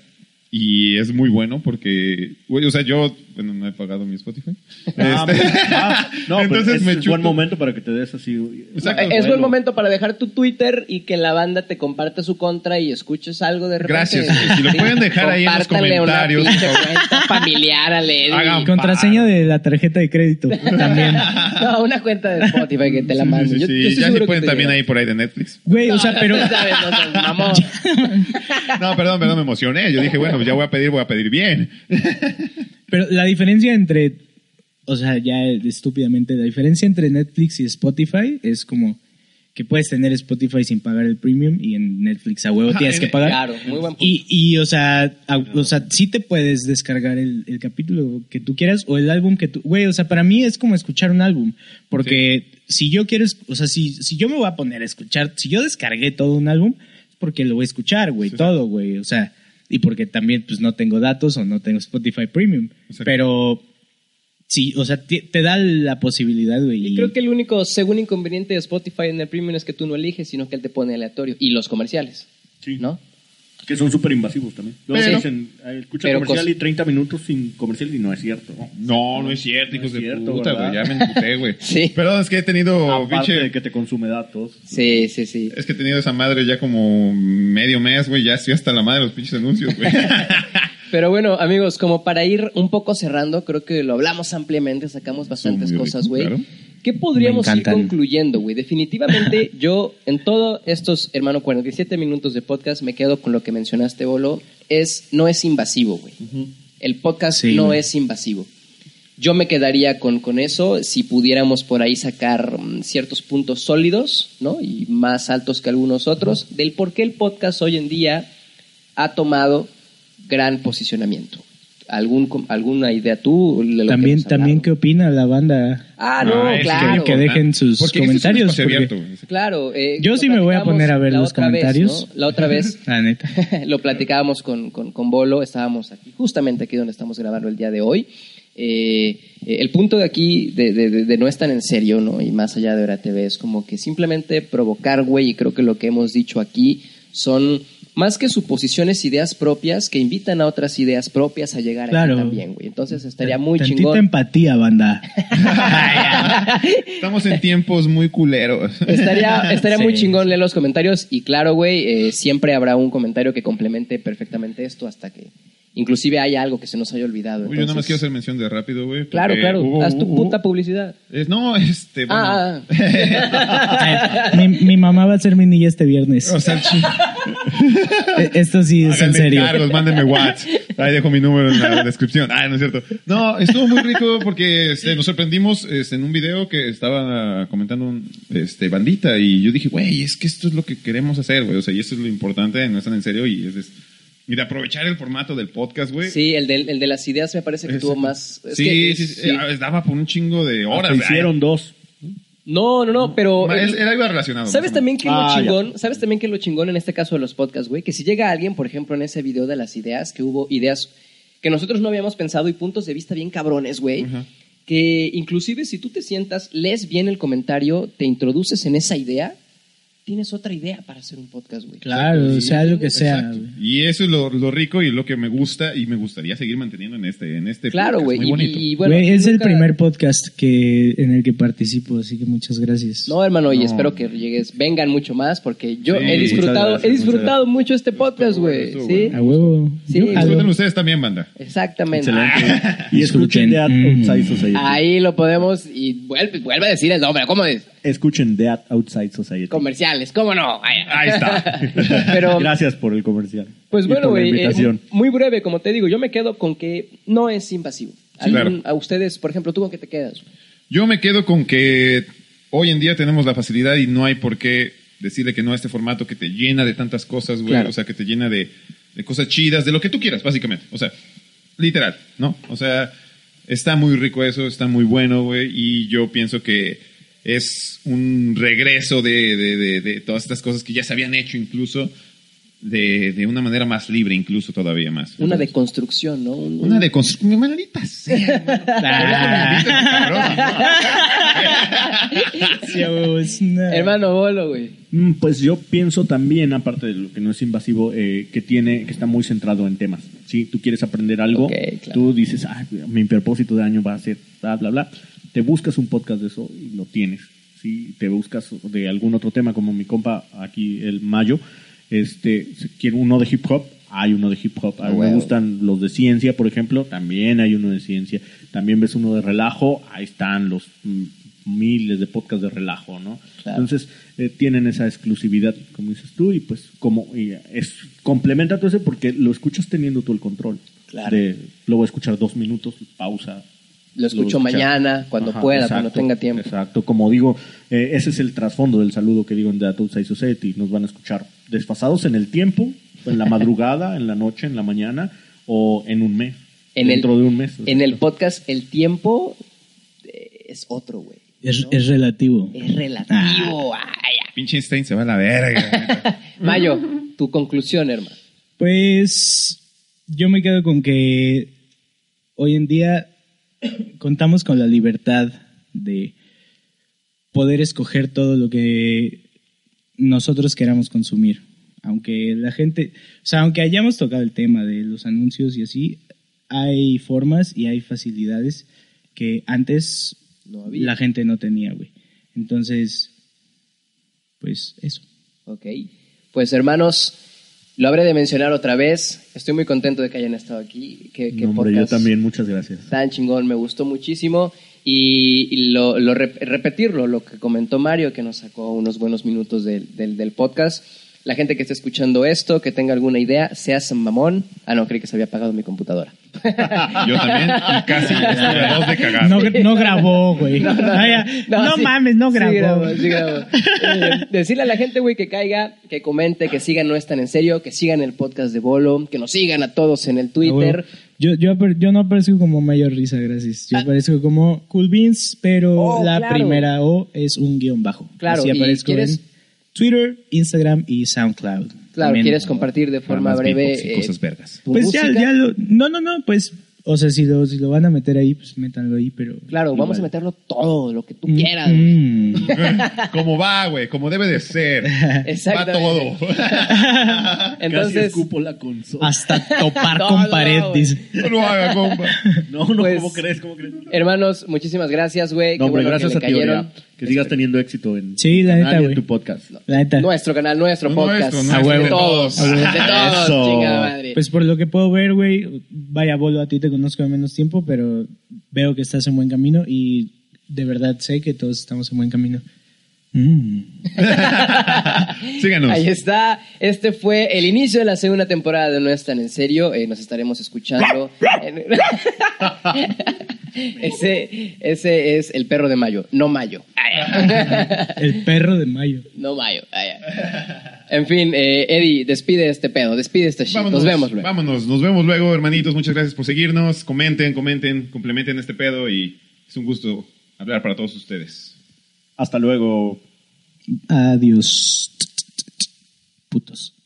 [SPEAKER 3] Y es muy bueno porque, güey, o sea, yo, bueno, no he pagado mi Spotify.
[SPEAKER 4] Ah,
[SPEAKER 3] Este-
[SPEAKER 2] pues,
[SPEAKER 4] mira, ah, no,
[SPEAKER 3] Entonces
[SPEAKER 4] Entonces es
[SPEAKER 3] me
[SPEAKER 4] un
[SPEAKER 3] chuto.
[SPEAKER 4] buen momento para que te des así. uy,
[SPEAKER 3] Exacto.
[SPEAKER 4] ah,
[SPEAKER 1] es buen
[SPEAKER 4] bueno.
[SPEAKER 1] momento para dejar tu Twitter y que la banda te comparte su contra y escuches algo de repente.
[SPEAKER 3] Gracias, güey. Si lo pueden dejar ahí en los
[SPEAKER 1] Compártanle una
[SPEAKER 3] comentarios,
[SPEAKER 1] pinche
[SPEAKER 3] por favor.
[SPEAKER 1] cuenta familiar a Lady.
[SPEAKER 3] Hagan-
[SPEAKER 2] Contraseña de la tarjeta de crédito también.
[SPEAKER 1] No, una cuenta de Spotify que te la manden.
[SPEAKER 3] Sí,
[SPEAKER 1] Yo- yo
[SPEAKER 3] sí,
[SPEAKER 1] estoy
[SPEAKER 3] ya
[SPEAKER 1] seguro
[SPEAKER 3] se
[SPEAKER 1] que
[SPEAKER 3] pueden
[SPEAKER 1] te
[SPEAKER 3] también
[SPEAKER 1] llega.
[SPEAKER 3] ahí por ahí de Netflix.
[SPEAKER 2] Güey, o sea,
[SPEAKER 1] No,
[SPEAKER 2] pero...
[SPEAKER 1] tú sabes, no seas mamón.
[SPEAKER 3] No, perdón, perdón, me emocioné. Yo dije, bueno, pues ya voy a pedir, voy a pedir bien.
[SPEAKER 2] Pero la diferencia entre, o sea, ya estúpidamente, la diferencia entre Netflix y Spotify es como que puedes tener Spotify sin pagar el premium y en Netflix a huevo
[SPEAKER 3] Ajá,
[SPEAKER 2] tienes que
[SPEAKER 3] en-
[SPEAKER 2] pagar.
[SPEAKER 1] Claro, muy buen punto.
[SPEAKER 2] Y, y, o sea, a- o sea, sí te puedes descargar el, el capítulo que tú quieras o el álbum que tú, güey, o sea, para mí es como escuchar un álbum, porque si yo quiero, es- o sea, si, si yo me voy a poner a escuchar, si yo descargué todo un álbum, es porque lo voy a escuchar, güey, todo, güey, o sea, y porque también pues no tengo datos o no tengo Spotify Premium,
[SPEAKER 3] Exacto.
[SPEAKER 2] pero sí, o sea, te, te da la posibilidad, güey.
[SPEAKER 1] Y creo que el único, según inconveniente de Spotify en el premium es que tú no eliges, sino que él te pone aleatorio. Y los comerciales,
[SPEAKER 4] Sí.
[SPEAKER 1] ¿no?
[SPEAKER 4] Que son súper invasivos también. Luego
[SPEAKER 1] Pero-
[SPEAKER 4] dicen, "Ay, escucha
[SPEAKER 1] pero
[SPEAKER 4] comercial
[SPEAKER 1] cos-
[SPEAKER 4] y 30 minutos sin comercial y no es cierto.
[SPEAKER 3] No, no es cierto, hijos
[SPEAKER 4] es cierto,
[SPEAKER 3] de puta,
[SPEAKER 4] ¿verdad?
[SPEAKER 3] güey. Ya me emputé, güey.
[SPEAKER 1] Sí.
[SPEAKER 3] Perdón, es que he tenido,
[SPEAKER 4] Aparte
[SPEAKER 3] pinche-
[SPEAKER 4] de que te consume datos.
[SPEAKER 1] Sí, sí, sí.
[SPEAKER 3] Es que he tenido esa madre ya como medio mes, güey. Ya estoy hasta la madre de los pinches anuncios, güey.
[SPEAKER 1] Pero bueno, amigos, como para ir un poco cerrando, creo que lo hablamos ampliamente, sacamos bastantes
[SPEAKER 3] muy rico,
[SPEAKER 1] cosas, güey.
[SPEAKER 3] claro.
[SPEAKER 1] ¿Qué podríamos
[SPEAKER 2] Me
[SPEAKER 1] ir
[SPEAKER 2] encantan.
[SPEAKER 1] concluyendo, güey? Definitivamente yo, en todos estos, hermano, 47 minutos de podcast, me quedo con lo que mencionaste, Bolo. Es, no es invasivo, güey. El podcast
[SPEAKER 2] Sí,
[SPEAKER 1] no
[SPEAKER 2] güey.
[SPEAKER 1] es invasivo. Yo me quedaría con, con eso, si pudiéramos por ahí sacar mm, ciertos puntos sólidos, ¿no? Y más altos que algunos otros, del por qué el podcast hoy en día ha tomado gran posicionamiento. ¿Algún, com- ¿Alguna idea tú? de lo que
[SPEAKER 2] también,
[SPEAKER 1] hemos hablado?
[SPEAKER 2] también qué opina la banda.
[SPEAKER 1] Ah, no,
[SPEAKER 3] Ah, es que-
[SPEAKER 1] claro.
[SPEAKER 2] que dejen sus
[SPEAKER 3] Porque
[SPEAKER 2] comentarios,
[SPEAKER 3] Este es un espacio abierto,
[SPEAKER 2] porque-
[SPEAKER 3] güey.
[SPEAKER 1] Claro. eh,
[SPEAKER 2] Yo
[SPEAKER 1] lo
[SPEAKER 2] sí me voy a
[SPEAKER 1] platicábamos
[SPEAKER 2] poner a ver
[SPEAKER 1] la
[SPEAKER 2] los
[SPEAKER 1] otra vez,
[SPEAKER 2] comentarios.
[SPEAKER 1] ¿no? La otra vez
[SPEAKER 2] La neta.
[SPEAKER 1] lo platicábamos con, con, con Bolo, estábamos aquí, justamente aquí donde estamos grabando el día de hoy. Eh, eh, el punto de aquí, de, de- de- de no es tan en serio, ¿no? Y más allá de Hora TV, es como que simplemente provocar, güey, y creo que lo que hemos dicho aquí son más que suposiciones, ideas propias que invitan a otras ideas propias a llegar
[SPEAKER 2] Claro.
[SPEAKER 1] aquí también, güey. Entonces estaría muy
[SPEAKER 2] Tantita
[SPEAKER 1] chingón.
[SPEAKER 2] empatía, banda.
[SPEAKER 3] Estamos en tiempos muy culeros.
[SPEAKER 1] Estaría, estaría muy
[SPEAKER 2] Sí.
[SPEAKER 1] chingón leer los comentarios y claro, güey, eh, siempre habrá un comentario que complemente perfectamente esto hasta que inclusive haya algo que se nos haya olvidado.
[SPEAKER 3] Uy, yo nada más
[SPEAKER 1] Entonces-
[SPEAKER 3] quiero hacer mención de rápido, güey. porque
[SPEAKER 1] Claro, claro.
[SPEAKER 3] hubo-
[SPEAKER 1] Haz tu
[SPEAKER 3] hubo-
[SPEAKER 1] puta publicidad.
[SPEAKER 3] es- no, este, bueno.
[SPEAKER 1] Ah,
[SPEAKER 2] Ay, mi, mi mamá va a ser mi niña este viernes.
[SPEAKER 3] O sea,
[SPEAKER 2] Eh, Esto sí es en
[SPEAKER 3] Háganme
[SPEAKER 2] serio.
[SPEAKER 3] cargos, mándenme WhatsApp. Ahí dejo mi número en la descripción. Ah, no es cierto. No, estuvo muy rico porque este, nos sorprendimos este, en un video que estaba ah, comentando un, este, bandita y yo dije, güey, es que esto es lo que queremos hacer, güey. O sea, y esto es lo importante, no están en serio y es, es- y de aprovechar el formato del podcast, güey.
[SPEAKER 1] sí, el de, el de las ideas me parece que
[SPEAKER 3] Exacto.
[SPEAKER 1] tuvo más. es
[SPEAKER 3] sí,
[SPEAKER 1] que-
[SPEAKER 3] sí, sí, eh, daba por un chingo
[SPEAKER 2] Ah,
[SPEAKER 3] de horas.
[SPEAKER 4] Hasta Ah, hicieron dos.
[SPEAKER 1] No, no, no,
[SPEAKER 3] Ay,
[SPEAKER 1] pero.
[SPEAKER 3] ma- es-
[SPEAKER 1] el-
[SPEAKER 3] era algo relacionado.
[SPEAKER 1] ¿Sabes
[SPEAKER 3] más o
[SPEAKER 1] también que es
[SPEAKER 4] Ah,
[SPEAKER 1] lo
[SPEAKER 4] ya.
[SPEAKER 1] chingón? ¿Sabes también que es lo chingón en este caso de los podcasts, güey? Que si llega alguien, por ejemplo, en ese video de las ideas, que hubo ideas que nosotros no habíamos pensado y puntos de vista bien cabrones, güey.
[SPEAKER 3] menos. Ajá.
[SPEAKER 1] Que inclusive si tú te sientas, lees bien el comentario, te introduces en esa idea, tienes otra idea para hacer un podcast, güey.
[SPEAKER 2] Claro, sea lo que sea.
[SPEAKER 3] Exacto.
[SPEAKER 2] güey.
[SPEAKER 3] Y eso es lo, lo rico y lo que me gusta y me gustaría seguir manteniendo en este en este
[SPEAKER 1] Claro,
[SPEAKER 3] podcast.
[SPEAKER 1] güey.
[SPEAKER 3] Muy
[SPEAKER 1] Y-
[SPEAKER 3] bonito.
[SPEAKER 1] y- y bueno,
[SPEAKER 2] Güey, es el
[SPEAKER 1] nunca-
[SPEAKER 2] primer podcast que, en el que participo, así que muchas gracias.
[SPEAKER 1] No, hermano, y
[SPEAKER 3] No.
[SPEAKER 1] espero que llegues, vengan mucho más, porque yo
[SPEAKER 3] Sí,
[SPEAKER 1] he
[SPEAKER 3] muchas
[SPEAKER 1] disfrutado,
[SPEAKER 4] gracias,
[SPEAKER 1] he
[SPEAKER 4] muchas
[SPEAKER 1] disfrutado mucho este podcast,
[SPEAKER 3] Estuvo bueno,
[SPEAKER 1] güey.
[SPEAKER 3] estuvo
[SPEAKER 1] Sí,
[SPEAKER 2] A huevo.
[SPEAKER 1] Sí,
[SPEAKER 2] Yo
[SPEAKER 1] güey.
[SPEAKER 2] jalo.
[SPEAKER 3] Disfruten Pues ustedes también, banda.
[SPEAKER 1] exactamente.
[SPEAKER 4] Excelente. Y escuchen Mm. The
[SPEAKER 2] Disfruten.
[SPEAKER 4] Outside Society.
[SPEAKER 1] Ahí lo podemos, y vuelve, vuelve a decir el nombre, ¿cómo es?
[SPEAKER 4] Escuchen The Outside Society.
[SPEAKER 1] Comerciales, ¿cómo no? Ay, ay.
[SPEAKER 3] Ahí está.
[SPEAKER 1] Pero,
[SPEAKER 4] Gracias por el comercial.
[SPEAKER 1] pues
[SPEAKER 4] Y
[SPEAKER 1] bueno,
[SPEAKER 4] por la
[SPEAKER 1] güey, eh,
[SPEAKER 4] invitación.
[SPEAKER 1] muy breve, como te digo, yo me quedo con que no es invasivo. Algún-
[SPEAKER 3] claro.
[SPEAKER 1] A ustedes, por ejemplo, ¿tú con qué te quedas?
[SPEAKER 3] Yo me quedo con que hoy en día tenemos la facilidad y no hay por qué decirle que no a este formato que te llena de tantas cosas, güey.
[SPEAKER 1] Claro.
[SPEAKER 3] O sea, que te llena de, de cosas chidas, de lo que tú quieras, básicamente. O sea, literal, ¿no? O sea, está muy rico eso, está muy bueno, güey. Y yo pienso que es un regreso de, de- de- de todas estas cosas que ya se habían hecho incluso. de, de una manera más libre, incluso todavía más.
[SPEAKER 1] Una de construcción, ¿no? Un-
[SPEAKER 3] Una de construcción. Maldita sea, hermano.
[SPEAKER 2] Ah,
[SPEAKER 3] Maldita sea, cabrón, ¿no?
[SPEAKER 2] sí, a huevos, no.
[SPEAKER 1] Hermano Bolo, güey.
[SPEAKER 4] Mm, Pues yo pienso también, aparte de lo que no es invasivo, eh, que tiene, que está muy centrado en temas. Si tú quieres aprender algo,
[SPEAKER 1] Ok, claro.
[SPEAKER 4] tú dices, "Ah, mi propósito de año va a ser bla, bla, bla. Te buscas un podcast de eso y lo tienes. Si te buscas de algún otro tema, como mi compa aquí, el Mayo, este, si quiere uno de hip hop, hay uno de hip hop. A mí me
[SPEAKER 1] Huevo.
[SPEAKER 4] gustan los de ciencia, por ejemplo, también hay uno de ciencia. También ves uno de relajo, ahí están los mm, miles de podcasts de relajo, ¿no?
[SPEAKER 1] Claro.
[SPEAKER 4] Entonces, eh, tienen esa exclusividad, como dices tú, y pues como y es complementa todo eso porque lo escuchas teniendo tú el control.
[SPEAKER 1] Claro.
[SPEAKER 4] De, lo voy a escuchar dos minutos, pausa.
[SPEAKER 1] Lo escucho
[SPEAKER 4] escuchas.
[SPEAKER 1] mañana, cuando pueda, cuando tenga tiempo.
[SPEAKER 4] Exacto, como digo, eh, ese es el trasfondo del saludo que digo en The Adult Side Society. Nos van a escuchar desfasados en el tiempo, en la madrugada, en la noche, en la mañana o en un mes.
[SPEAKER 1] En
[SPEAKER 4] dentro
[SPEAKER 1] el,
[SPEAKER 4] de un mes.
[SPEAKER 1] En el
[SPEAKER 4] exacto.
[SPEAKER 1] podcast, el tiempo eh, es otro, güey.
[SPEAKER 2] Es, es relativo.
[SPEAKER 1] Es relativo.
[SPEAKER 4] Ah.
[SPEAKER 1] Ay, ay.
[SPEAKER 3] Pinche Einstein se va a la verga. neta.
[SPEAKER 1] Mayo, tu conclusión, hermano.
[SPEAKER 2] Pues yo me quedo con que hoy en día contamos con la libertad de poder escoger todo lo que nosotros queramos consumir. Aunque la gente, o sea, aunque hayamos tocado el tema de los anuncios y así, hay formas y hay facilidades que antes
[SPEAKER 1] No había.
[SPEAKER 2] la gente no tenía, güey. Entonces, pues eso.
[SPEAKER 1] Ok. Pues hermanos, lo habré de mencionar otra vez. Estoy muy contento de que hayan estado aquí. Que, que
[SPEAKER 4] No, hombre, yo
[SPEAKER 1] podcast
[SPEAKER 4] también, muchas gracias.
[SPEAKER 1] Tan chingón, me gustó muchísimo. Y, y lo, lo rep- repetirlo, lo que comentó Mario, que nos sacó unos buenos minutos del, del- del podcast. La gente que esté escuchando esto, que tenga alguna idea, seas mamón. Ah, no, creí que se había apagado mi computadora.
[SPEAKER 3] Yo también. Y casi estuve a dos de cagar.
[SPEAKER 2] No, no grabó, güey. No,
[SPEAKER 1] sí,
[SPEAKER 2] mames, no
[SPEAKER 1] sí
[SPEAKER 2] grabó.
[SPEAKER 1] sí grabó. Eh, decirle a la gente, güey, que caiga, que comente, que sigan No es tan en serio, que sigan el podcast de Bolo, que nos sigan a todos en el Twitter. Ah.
[SPEAKER 2] Yo, yo, apar- yo no aparezco como mayor risa, gracias. Yo aparezco como Cool Beans, pero
[SPEAKER 1] Oh,
[SPEAKER 2] la
[SPEAKER 1] claro.
[SPEAKER 2] primera O es un guión bajo.
[SPEAKER 1] Claro,
[SPEAKER 2] Así
[SPEAKER 1] ¿y
[SPEAKER 2] aparezco
[SPEAKER 1] quieres-
[SPEAKER 2] en Twitter, Instagram y SoundCloud.
[SPEAKER 1] Claro,
[SPEAKER 2] También.
[SPEAKER 1] quieres compartir de forma
[SPEAKER 3] Más
[SPEAKER 1] breve.
[SPEAKER 3] beatbox y
[SPEAKER 1] eh,
[SPEAKER 3] cosas vergas.
[SPEAKER 1] tu
[SPEAKER 2] Pues ya,
[SPEAKER 1] música?
[SPEAKER 2] ya lo. No, no, no, pues. O sea, si lo, si lo van a meter ahí, pues métanlo ahí, pero.
[SPEAKER 1] Claro, vamos a
[SPEAKER 2] igual.
[SPEAKER 1] meterlo todo, lo que tú quieras.
[SPEAKER 2] Mm, mm.
[SPEAKER 3] Como va, güey, como debe de ser. Va todo.
[SPEAKER 1] Exactamente.
[SPEAKER 4] Casi
[SPEAKER 1] Entonces,
[SPEAKER 4] escupo la consola.
[SPEAKER 2] Hasta topar
[SPEAKER 1] No,
[SPEAKER 2] con
[SPEAKER 1] no,
[SPEAKER 2] pared,
[SPEAKER 1] güey.
[SPEAKER 2] dice.
[SPEAKER 3] No lo haga, compa.
[SPEAKER 4] No, no,
[SPEAKER 1] Pues-
[SPEAKER 4] ¿cómo crees? ¿Cómo crees?
[SPEAKER 1] hermanos, muchísimas gracias, güey.
[SPEAKER 4] No,
[SPEAKER 1] Qué
[SPEAKER 4] hombre,
[SPEAKER 1] bueno
[SPEAKER 4] gracias
[SPEAKER 1] que
[SPEAKER 4] a
[SPEAKER 1] le
[SPEAKER 4] ti,
[SPEAKER 1] cayeron. Este
[SPEAKER 4] Orea. Que sigas teniendo éxito en,
[SPEAKER 2] Sí,
[SPEAKER 4] tu
[SPEAKER 2] la
[SPEAKER 4] canal
[SPEAKER 2] neta,
[SPEAKER 4] y en
[SPEAKER 2] güey.
[SPEAKER 4] tu podcast.
[SPEAKER 2] La neta.
[SPEAKER 1] Nuestro canal, nuestro
[SPEAKER 3] No,
[SPEAKER 1] podcast.
[SPEAKER 3] nuestro,
[SPEAKER 2] nuestro,
[SPEAKER 1] de
[SPEAKER 2] de
[SPEAKER 1] todos.
[SPEAKER 3] todos.
[SPEAKER 1] De todos,
[SPEAKER 4] Eso.
[SPEAKER 1] chingada madre.
[SPEAKER 2] Pues por lo que puedo ver, güey, vaya bolo, a ti te conozco de menos tiempo, pero veo que estás en buen camino y de verdad sé que todos estamos en buen camino. Mm.
[SPEAKER 3] Síganos.
[SPEAKER 1] Ahí está. Este fue el inicio de la segunda temporada de No es tan en serio. Eh, nos estaremos escuchando. en- ese, ese es el perro de mayo, no mayo.
[SPEAKER 2] El perro de mayo.
[SPEAKER 1] No mayo. Ay, ay. En fin, eh, Eddie, despide este pedo, despide este shit.
[SPEAKER 3] Vámonos,
[SPEAKER 1] Nos vemos luego.
[SPEAKER 3] Vámonos, nos vemos luego, hermanitos. Muchas gracias por seguirnos. Comenten, comenten, complementen este pedo y es un gusto hablar para todos ustedes.
[SPEAKER 4] Hasta luego.
[SPEAKER 2] Adiós. Putos.